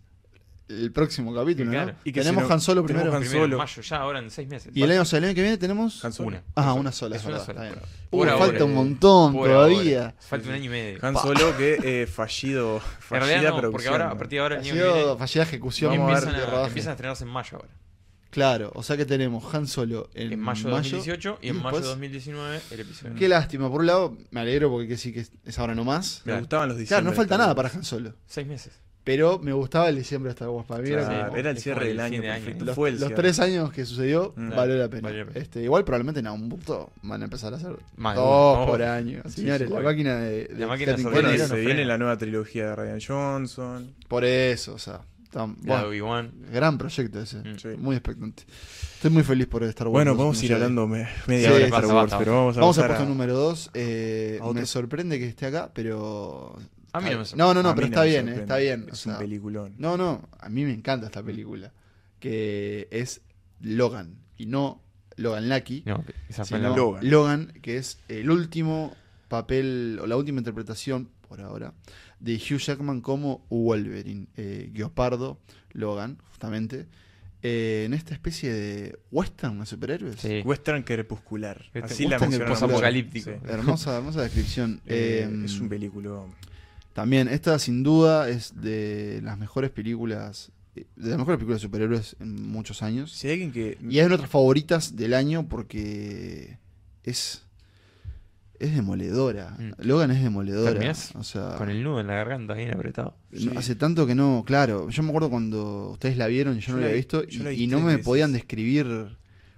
[SPEAKER 1] el próximo capítulo,
[SPEAKER 2] Claro.
[SPEAKER 1] ¿no?
[SPEAKER 3] Y que
[SPEAKER 1] tenemos
[SPEAKER 3] se lo-
[SPEAKER 1] Han Solo
[SPEAKER 3] tenemos
[SPEAKER 1] primero.
[SPEAKER 3] Han
[SPEAKER 2] Primero en
[SPEAKER 3] Solo.
[SPEAKER 2] mayo, ya ahora en seis meses.
[SPEAKER 1] Y el año, o sea, el año que viene tenemos...
[SPEAKER 3] Han Solo.
[SPEAKER 2] Una.
[SPEAKER 1] Ah, una sola.
[SPEAKER 2] Es
[SPEAKER 1] es
[SPEAKER 2] una
[SPEAKER 1] verdad,
[SPEAKER 2] sola.
[SPEAKER 1] está bien.
[SPEAKER 2] Por
[SPEAKER 1] Uh,
[SPEAKER 2] ahora.
[SPEAKER 1] falta un montón
[SPEAKER 2] Por
[SPEAKER 1] todavía.
[SPEAKER 2] ahora. Falta un año y medio.
[SPEAKER 3] Han Solo que eh, fallido.
[SPEAKER 2] en
[SPEAKER 3] Fallida
[SPEAKER 2] realidad no, porque
[SPEAKER 3] producción,
[SPEAKER 2] ahora,
[SPEAKER 3] ¿no?
[SPEAKER 2] a partir de ahora, el
[SPEAKER 1] Ha
[SPEAKER 2] año que viene,
[SPEAKER 1] sido fallida ejecución.
[SPEAKER 3] Vamos a ver
[SPEAKER 2] empiezan,
[SPEAKER 1] de
[SPEAKER 2] a,
[SPEAKER 1] rodaje.
[SPEAKER 2] empiezan a estrenarse en mayo ahora.
[SPEAKER 1] Claro, o sea que tenemos Han Solo en,
[SPEAKER 2] En, mayo de 2018 y en mayo
[SPEAKER 1] después-
[SPEAKER 2] de 2019 el episodio.
[SPEAKER 1] Qué lástima, por un lado me alegro porque que sí que es ahora nomás.
[SPEAKER 3] Me
[SPEAKER 2] Claro.
[SPEAKER 3] gustaban los
[SPEAKER 1] Claro,
[SPEAKER 3] diciembre.
[SPEAKER 1] no
[SPEAKER 3] de
[SPEAKER 1] falta
[SPEAKER 3] Star
[SPEAKER 1] nada para
[SPEAKER 3] Wars.
[SPEAKER 1] Han Solo.
[SPEAKER 2] Seis meses.
[SPEAKER 1] Pero me gustaba el diciembre hasta Wars para mí. era
[SPEAKER 3] Claro,
[SPEAKER 1] como-
[SPEAKER 3] era el
[SPEAKER 2] es
[SPEAKER 3] cierre
[SPEAKER 2] como el
[SPEAKER 3] del año
[SPEAKER 2] fin de año.
[SPEAKER 3] perfecto.
[SPEAKER 1] los,
[SPEAKER 3] Fue el
[SPEAKER 1] los
[SPEAKER 3] cierre.
[SPEAKER 1] tres años que sucedió
[SPEAKER 3] Mm.
[SPEAKER 1] valió la pena.
[SPEAKER 2] Valió la pena.
[SPEAKER 1] Este, igual probablemente en algún punto van a empezar a hacer
[SPEAKER 2] Más de
[SPEAKER 1] dos
[SPEAKER 2] uno.
[SPEAKER 1] por
[SPEAKER 2] Oh.
[SPEAKER 1] año.
[SPEAKER 2] Sí,
[SPEAKER 1] Señores,
[SPEAKER 2] sí,
[SPEAKER 1] la
[SPEAKER 2] obvio.
[SPEAKER 1] máquina de, de
[SPEAKER 2] La máquina
[SPEAKER 1] Kathleen
[SPEAKER 2] sobre-
[SPEAKER 1] Kennedy
[SPEAKER 2] Freno,
[SPEAKER 3] Bueno, y
[SPEAKER 1] era-
[SPEAKER 3] se
[SPEAKER 2] freno.
[SPEAKER 3] viene la nueva trilogía de Ryan Johnson.
[SPEAKER 1] Por eso, o sea. tan-
[SPEAKER 2] La de
[SPEAKER 1] bueno,
[SPEAKER 2] Obi-Wan.
[SPEAKER 1] gran proyecto ese.
[SPEAKER 2] Mm.
[SPEAKER 3] Sí.
[SPEAKER 1] Muy expectante. Estoy muy feliz por Star Wars.
[SPEAKER 3] Bueno,
[SPEAKER 1] dos,
[SPEAKER 3] vamos a
[SPEAKER 1] como
[SPEAKER 3] ir
[SPEAKER 1] Jedi.
[SPEAKER 3] hablando me- media
[SPEAKER 1] Sí,
[SPEAKER 3] hora de
[SPEAKER 1] basta,
[SPEAKER 3] Star Wars,
[SPEAKER 2] basta.
[SPEAKER 3] pero vamos a
[SPEAKER 1] Vamos al
[SPEAKER 3] pasar
[SPEAKER 1] puesto
[SPEAKER 3] a-
[SPEAKER 1] número 2. Eh,
[SPEAKER 3] a otro.
[SPEAKER 1] me sorprende que esté acá, pero.
[SPEAKER 2] A mí no me sorprende.
[SPEAKER 1] No, no,
[SPEAKER 3] a
[SPEAKER 1] no,
[SPEAKER 3] mí
[SPEAKER 1] pero
[SPEAKER 3] no
[SPEAKER 1] está
[SPEAKER 3] me
[SPEAKER 1] bien, eh,
[SPEAKER 3] sorprende.
[SPEAKER 1] está bien. o
[SPEAKER 3] Es un
[SPEAKER 1] sea,
[SPEAKER 3] peliculón.
[SPEAKER 1] no, no, a mí me encanta esta película. Que es Logan. Y no Logan Lucky.
[SPEAKER 2] No, esa fue
[SPEAKER 1] sino
[SPEAKER 2] la-
[SPEAKER 3] Logan.
[SPEAKER 1] Logan. que es el último papel, o la última interpretación, por ahora, de Hugh Jackman como Wolverine. Eh, Guiopardo, Logan, justamente. eh, en esta especie de western de superhéroes.
[SPEAKER 2] Sí.
[SPEAKER 3] Western crepuscular.
[SPEAKER 2] Este,
[SPEAKER 3] Así la
[SPEAKER 1] Western
[SPEAKER 3] mencionan
[SPEAKER 2] posapocalíptico.
[SPEAKER 3] mucho. Sí.
[SPEAKER 1] Hermosa, hermosa descripción.
[SPEAKER 3] Eh,
[SPEAKER 1] Em,
[SPEAKER 3] es un peliculón.
[SPEAKER 1] También, esta sin duda es de las mejores películas, eh, de las mejores películas de superhéroes en muchos años.
[SPEAKER 3] Si hay alguien que.
[SPEAKER 1] Y es una de nuestras favoritas del año porque es es demoledora.
[SPEAKER 2] Mm.
[SPEAKER 1] Logan es demoledora.
[SPEAKER 2] Terminás
[SPEAKER 1] O sea,
[SPEAKER 2] Con el nudo en la garganta bien apretado.
[SPEAKER 1] no-
[SPEAKER 3] Sí.
[SPEAKER 1] hace tanto que no, claro, yo me acuerdo cuando ustedes la vieron y yo,
[SPEAKER 3] Yo
[SPEAKER 1] no la
[SPEAKER 3] la
[SPEAKER 1] había
[SPEAKER 3] vi-
[SPEAKER 1] visto
[SPEAKER 3] yo la
[SPEAKER 1] y,
[SPEAKER 3] vi
[SPEAKER 1] y no
[SPEAKER 3] tres
[SPEAKER 1] me
[SPEAKER 3] veces.
[SPEAKER 1] podían describir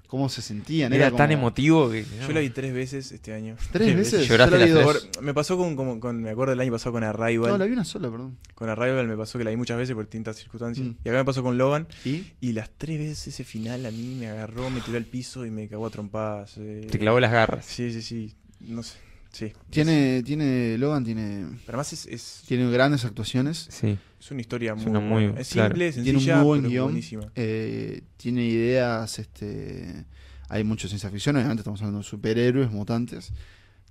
[SPEAKER 1] cómo se sentían.
[SPEAKER 2] Era,
[SPEAKER 1] Era,
[SPEAKER 2] tan
[SPEAKER 1] como-
[SPEAKER 2] emotivo que.
[SPEAKER 3] Yo la vi tres veces este año.
[SPEAKER 1] ¿Tres veces? Yo
[SPEAKER 2] Lloraste
[SPEAKER 1] la vi
[SPEAKER 2] las
[SPEAKER 1] dos.
[SPEAKER 2] tres.
[SPEAKER 3] Por- me pasó con, como- con- Me acuerdo el año pasado con
[SPEAKER 1] No,
[SPEAKER 3] Arrival.
[SPEAKER 1] la vi una sola, perdón.
[SPEAKER 3] Con Arrival me pasó que la vi muchas veces por distintas circunstancias.
[SPEAKER 1] Mm.
[SPEAKER 3] Y acá me pasó con Logan.
[SPEAKER 1] ¿Y?
[SPEAKER 3] Y las tres veces ese final a mí me agarró, me tiró al piso y me cagó a trompadas. eh.
[SPEAKER 2] Te clavó las garras.
[SPEAKER 3] Sí, sí, sí. No sé. Sí.
[SPEAKER 1] Tiene, tiene, Logan tiene,
[SPEAKER 3] Pero además es, es,
[SPEAKER 1] tiene grandes actuaciones,
[SPEAKER 2] Sí.
[SPEAKER 3] es una historia
[SPEAKER 2] Es
[SPEAKER 3] muy,
[SPEAKER 2] una muy-
[SPEAKER 3] buena. Es
[SPEAKER 2] claro.
[SPEAKER 3] simple,
[SPEAKER 1] Tiene un
[SPEAKER 3] sencilla,
[SPEAKER 1] muy buen
[SPEAKER 3] pero
[SPEAKER 1] guión.
[SPEAKER 3] buenísima.
[SPEAKER 1] eh, tiene ideas, este, hay mucho ciencia ficción, obviamente estamos hablando de superhéroes, mutantes.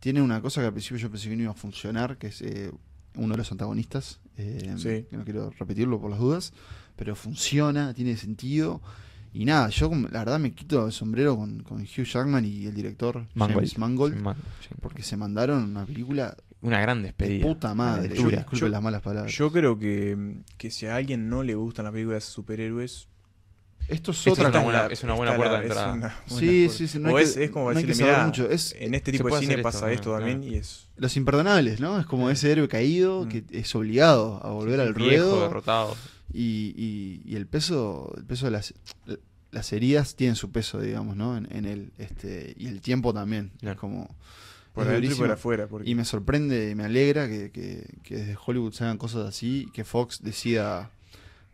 [SPEAKER 1] Tiene una cosa que al principio yo pensé que no iba a funcionar, que es eh, uno de los antagonistas, eh,
[SPEAKER 3] Sí.
[SPEAKER 1] que no quiero repetirlo por las dudas, pero funciona, tiene sentido. Y nada, yo como- la verdad me quito el sombrero con, con Hugh Jackman y el director
[SPEAKER 2] Mangold.
[SPEAKER 1] James Mangold,
[SPEAKER 2] Man- sí, por-
[SPEAKER 1] porque se mandaron una película
[SPEAKER 2] Una gran
[SPEAKER 1] de
[SPEAKER 2] despedida.
[SPEAKER 1] puta madre.
[SPEAKER 2] Yo-
[SPEAKER 1] disculpe
[SPEAKER 3] yo-
[SPEAKER 1] las malas palabras.
[SPEAKER 3] Yo creo que, que si a alguien no le gustan las películas de superhéroes,
[SPEAKER 1] Esto es
[SPEAKER 2] Esto
[SPEAKER 1] otra.
[SPEAKER 2] está
[SPEAKER 1] cosa.
[SPEAKER 2] buena- es una buena
[SPEAKER 3] está la-
[SPEAKER 2] puerta de entrada.
[SPEAKER 3] Es una buena
[SPEAKER 1] Sí,
[SPEAKER 3] puerta.
[SPEAKER 1] sí, sí, no hay
[SPEAKER 3] o
[SPEAKER 1] que-
[SPEAKER 3] es, es como
[SPEAKER 1] no hay que
[SPEAKER 3] decirle,
[SPEAKER 1] saber
[SPEAKER 3] "Mirá,
[SPEAKER 1] mucho". Es-
[SPEAKER 3] en este
[SPEAKER 2] se
[SPEAKER 3] tipo de
[SPEAKER 2] puede
[SPEAKER 3] cine
[SPEAKER 2] hacer
[SPEAKER 3] pasa
[SPEAKER 2] esto,
[SPEAKER 3] esto
[SPEAKER 2] claro.
[SPEAKER 3] también y es...
[SPEAKER 1] Los imperdonables, ¿no? Es como ese héroe caído
[SPEAKER 3] Mm.
[SPEAKER 1] que es obligado a volver al
[SPEAKER 2] Viejo,
[SPEAKER 1] ruedo.
[SPEAKER 2] derrotado.
[SPEAKER 1] Y, y- y el peso, el peso de las, las heridas tienen su peso, digamos, ¿no? En, en él. Este, y el tiempo también. Es
[SPEAKER 2] Claro.
[SPEAKER 1] como.
[SPEAKER 3] Por
[SPEAKER 1] es
[SPEAKER 3] adentro y por
[SPEAKER 1] durísimo.
[SPEAKER 3] afuera. Porque
[SPEAKER 1] Y me sorprende, me alegra que, que- que desde Hollywood se hagan cosas así y que Fox decida,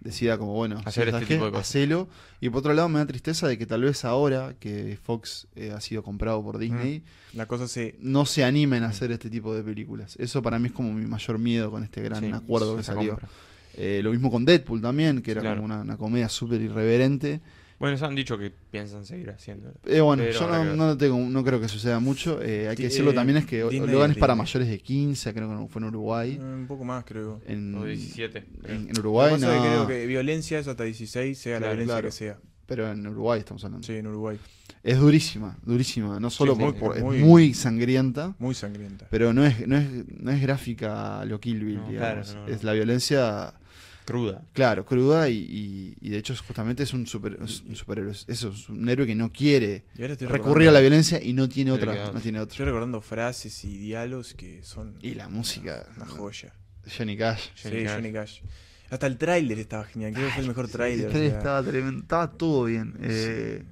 [SPEAKER 1] decida como, bueno,
[SPEAKER 2] Hacer
[SPEAKER 1] ¿sabes
[SPEAKER 2] este tipo de cosas.
[SPEAKER 1] hacelo. Y por otro lado me da tristeza de que tal vez ahora que Fox eh, ha sido comprado
[SPEAKER 3] Mm.
[SPEAKER 1] por Disney,
[SPEAKER 3] la cosa se...
[SPEAKER 1] no se animen
[SPEAKER 2] Mm.
[SPEAKER 1] a hacer este tipo de películas. Eso para mí es como mi mayor miedo con este gran
[SPEAKER 2] Sí,
[SPEAKER 1] acuerdo que
[SPEAKER 2] esa
[SPEAKER 1] salió.
[SPEAKER 2] compra.
[SPEAKER 1] Eh, lo mismo con Deadpool también, que era
[SPEAKER 2] Claro.
[SPEAKER 1] como una, una comedia súper irreverente.
[SPEAKER 2] Bueno, se han dicho que piensan seguir haciendo.
[SPEAKER 1] Eh, bueno,
[SPEAKER 2] Pero
[SPEAKER 1] yo
[SPEAKER 2] habrá que
[SPEAKER 1] no,
[SPEAKER 2] ver.
[SPEAKER 1] no, lo tengo- no creo que suceda mucho. Eh, hay que
[SPEAKER 3] Di-
[SPEAKER 1] decirlo
[SPEAKER 3] eh,
[SPEAKER 1] también es que
[SPEAKER 3] Disney
[SPEAKER 1] Logan
[SPEAKER 3] es
[SPEAKER 1] es para
[SPEAKER 3] Disney.
[SPEAKER 1] mayores de 15, creo que no fue en Uruguay.
[SPEAKER 3] eh, Un poco más, creo.
[SPEAKER 1] En,
[SPEAKER 2] Mm. O 17, creo.
[SPEAKER 3] Mm.
[SPEAKER 1] en, en Uruguay
[SPEAKER 3] Lo que pasa es que
[SPEAKER 1] no,
[SPEAKER 3] creo que violencia es hasta 16, sea
[SPEAKER 2] Claro,
[SPEAKER 3] la violencia
[SPEAKER 1] claro.
[SPEAKER 3] que sea.
[SPEAKER 1] pero en Uruguay estamos hablando.
[SPEAKER 3] Sí, en Uruguay.
[SPEAKER 1] Es durísima, durísima, no solo
[SPEAKER 2] sí,
[SPEAKER 1] por-
[SPEAKER 2] sí,
[SPEAKER 1] por-
[SPEAKER 3] muy-
[SPEAKER 1] es muy sangrienta,
[SPEAKER 3] Muy sangrienta.
[SPEAKER 1] pero no es no es, no es gráfica a lo Kill Bill,
[SPEAKER 2] No,
[SPEAKER 1] digamos.
[SPEAKER 2] claro, no,
[SPEAKER 1] es
[SPEAKER 2] no.
[SPEAKER 1] la violencia
[SPEAKER 2] Cruda.
[SPEAKER 1] Claro, cruda y, y- y de hecho es justamente es un, super, es un superhéroe. Eso es un héroe que no quiere
[SPEAKER 3] Y ahora estoy
[SPEAKER 1] recurrir a la violencia y no tiene
[SPEAKER 2] No le queda
[SPEAKER 1] otra.
[SPEAKER 2] otra.
[SPEAKER 1] No tiene
[SPEAKER 3] Estoy
[SPEAKER 1] otra.
[SPEAKER 3] recordando frases y diálogos que son
[SPEAKER 1] Y la música.
[SPEAKER 3] Ah, una joya.
[SPEAKER 1] Johnny Cash.
[SPEAKER 2] Johnny
[SPEAKER 3] sí,
[SPEAKER 2] Cash.
[SPEAKER 3] Johnny Cash. Hasta el tráiler estaba genial. Creo que fue el mejor tráiler.
[SPEAKER 1] Este
[SPEAKER 3] o sea.
[SPEAKER 1] estaba tremendo, estaba todo bien. Eh,